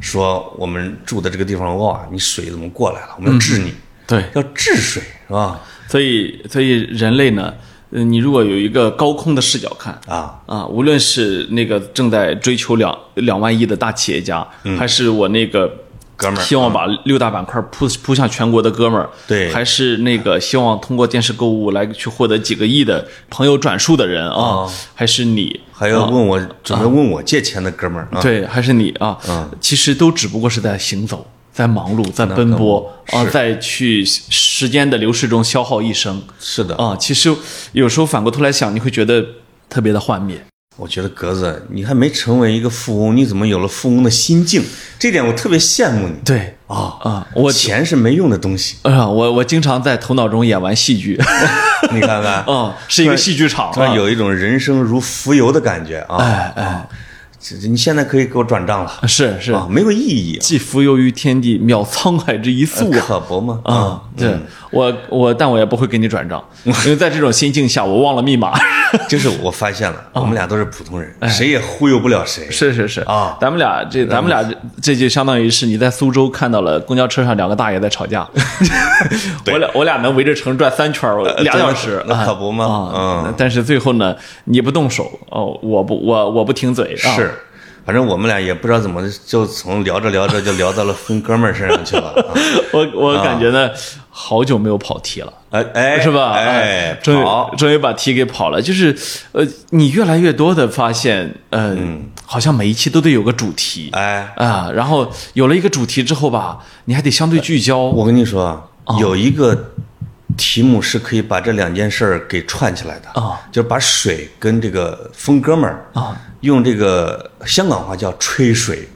[SPEAKER 2] 说我们住的这个地方哇，你水怎么过来了？我们要
[SPEAKER 1] 嗯
[SPEAKER 2] 治你，
[SPEAKER 1] 对，
[SPEAKER 2] 要治水是吧？
[SPEAKER 1] 所以所以人类呢，呃你如果有一个高空的视角看
[SPEAKER 2] 啊，
[SPEAKER 1] 啊，无论是那个正在追求两两万亿的大企业家，还是我那个
[SPEAKER 2] 嗯哥们儿嗯
[SPEAKER 1] 希望把六大板块铺铺向全国的哥们儿，
[SPEAKER 2] 对
[SPEAKER 1] 还是那个希望通过电视购物来去获得几个亿的朋友转述的人啊，
[SPEAKER 2] 哦
[SPEAKER 1] 还是你，
[SPEAKER 2] 还要问我、准备问我借钱的哥们儿啊，
[SPEAKER 1] 对，还是你啊，
[SPEAKER 2] 嗯
[SPEAKER 1] 其实都只不过是在行走。在忙碌，在奔波啊，在去时间的流逝中消耗一生
[SPEAKER 2] 是的，
[SPEAKER 1] 啊。其实有时候反过头来想，你会觉得特别的幻灭。
[SPEAKER 2] 我觉得格子，你还没成为一个富翁，你怎么有了富翁的心境？这点我特别羡慕你
[SPEAKER 1] 对
[SPEAKER 2] 啊！
[SPEAKER 1] 啊，我
[SPEAKER 2] 钱是没用的东西，
[SPEAKER 1] 啊、 我我经常在头脑中演完戏 剧，
[SPEAKER 2] 你 看看，
[SPEAKER 1] 嗯，是一个戏剧场
[SPEAKER 2] 突然
[SPEAKER 1] 啊。
[SPEAKER 2] 有一种人生如浮游的感觉啊！
[SPEAKER 1] 哎哎，
[SPEAKER 2] 这这你现在可以给我转账了
[SPEAKER 1] 是是，
[SPEAKER 2] 啊，没有意义，
[SPEAKER 1] 既浮游于天地，渺沧海之一粟啊。
[SPEAKER 2] 呃可嗯不嘛
[SPEAKER 1] 啊、对我我，但我也不会给你转 账，因为在这种心境下，我忘了密码。
[SPEAKER 2] 就是我发现了，我们俩都是普通人，谁也忽悠不了谁。
[SPEAKER 1] 啊哎是是是
[SPEAKER 2] 啊
[SPEAKER 1] 咱们俩这咱们俩这这就相当于是你在苏州看到了公交车上两个大爷在吵 架，我俩我俩能围着城转三圈儿，我俩小时，
[SPEAKER 2] 呃
[SPEAKER 1] 哎
[SPEAKER 2] 那可不嘛
[SPEAKER 1] 啊、
[SPEAKER 2] 嗯
[SPEAKER 1] 但是最后呢，你不动手哦，我不我我不停嘴，啊、
[SPEAKER 2] 是，反正我们俩也不知道怎么就从聊着聊着就聊到了分哥们儿身上去了。 啊
[SPEAKER 1] 我我感觉呢，好久没有跑题了。
[SPEAKER 2] 哎哎，
[SPEAKER 1] 是吧？
[SPEAKER 2] 哎，
[SPEAKER 1] 终于
[SPEAKER 2] 好，
[SPEAKER 1] 终于把题给跑了。就是，呃，你越来越多的发现，呃，好像每一期都得有个主题，
[SPEAKER 2] 嗯哎，
[SPEAKER 1] 啊，然后有了一个主题之后吧，你还得相对聚焦。
[SPEAKER 2] 我跟你说啊，
[SPEAKER 1] 哦
[SPEAKER 2] 有一个题目是可以把这两件事儿给串起来的
[SPEAKER 1] 啊，
[SPEAKER 2] 就是把水跟这个疯哥们儿
[SPEAKER 1] 啊，
[SPEAKER 2] 用这个香港话叫 吹水，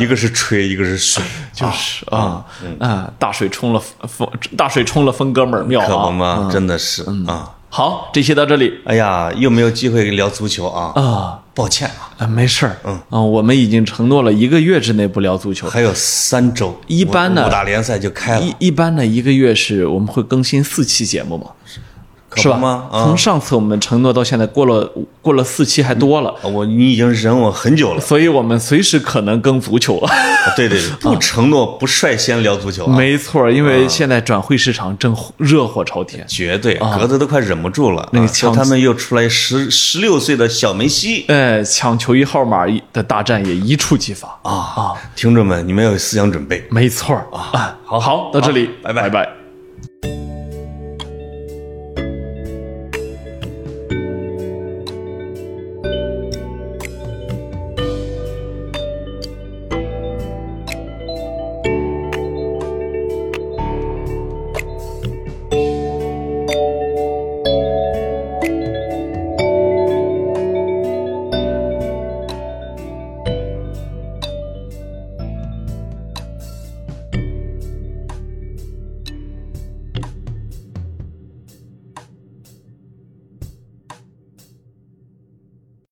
[SPEAKER 2] 一个是吹，一个是水，
[SPEAKER 1] 就是啊
[SPEAKER 2] 嗯
[SPEAKER 1] 啊，大水冲了风，大水冲了风哥们儿妙
[SPEAKER 2] 可不
[SPEAKER 1] 啊！
[SPEAKER 2] 嘛，真的是啊。
[SPEAKER 1] 好，这期到这里
[SPEAKER 2] 哎呀，又没有机会聊足球啊，
[SPEAKER 1] 啊。
[SPEAKER 2] 抱歉啊，
[SPEAKER 1] 啊，没事儿，嗯啊，我们已经承诺了一个月之内不聊足球。
[SPEAKER 2] 还有三周，
[SPEAKER 1] 一般呢
[SPEAKER 2] 五五大联赛就开了，
[SPEAKER 1] 一一般呢，一个月是我们会更新四期节目嘛，
[SPEAKER 2] 可
[SPEAKER 1] 是
[SPEAKER 2] 不
[SPEAKER 1] 吧？
[SPEAKER 2] 吗？啊
[SPEAKER 1] 从，上次我们承诺到现在，过了过了四期还多了，
[SPEAKER 2] 我你已经忍我很久了，
[SPEAKER 1] 所以我们随时可能更足球。
[SPEAKER 2] 对对，对
[SPEAKER 1] 嗯
[SPEAKER 2] 不承诺不率先聊足球啊。
[SPEAKER 1] 没错，因为现在转会市场正火热火朝天。
[SPEAKER 2] 绝对，格子都快忍不住了。
[SPEAKER 1] 啊那个
[SPEAKER 2] 啊说
[SPEAKER 1] 强
[SPEAKER 2] 他们又出来十十六岁的小梅西
[SPEAKER 1] 呃，抢球衣号码的大战也一触即发啊！
[SPEAKER 2] 听众们，你们要有思想准备。
[SPEAKER 1] 没错儿啊，好好，到这里，
[SPEAKER 2] 拜拜
[SPEAKER 1] 拜拜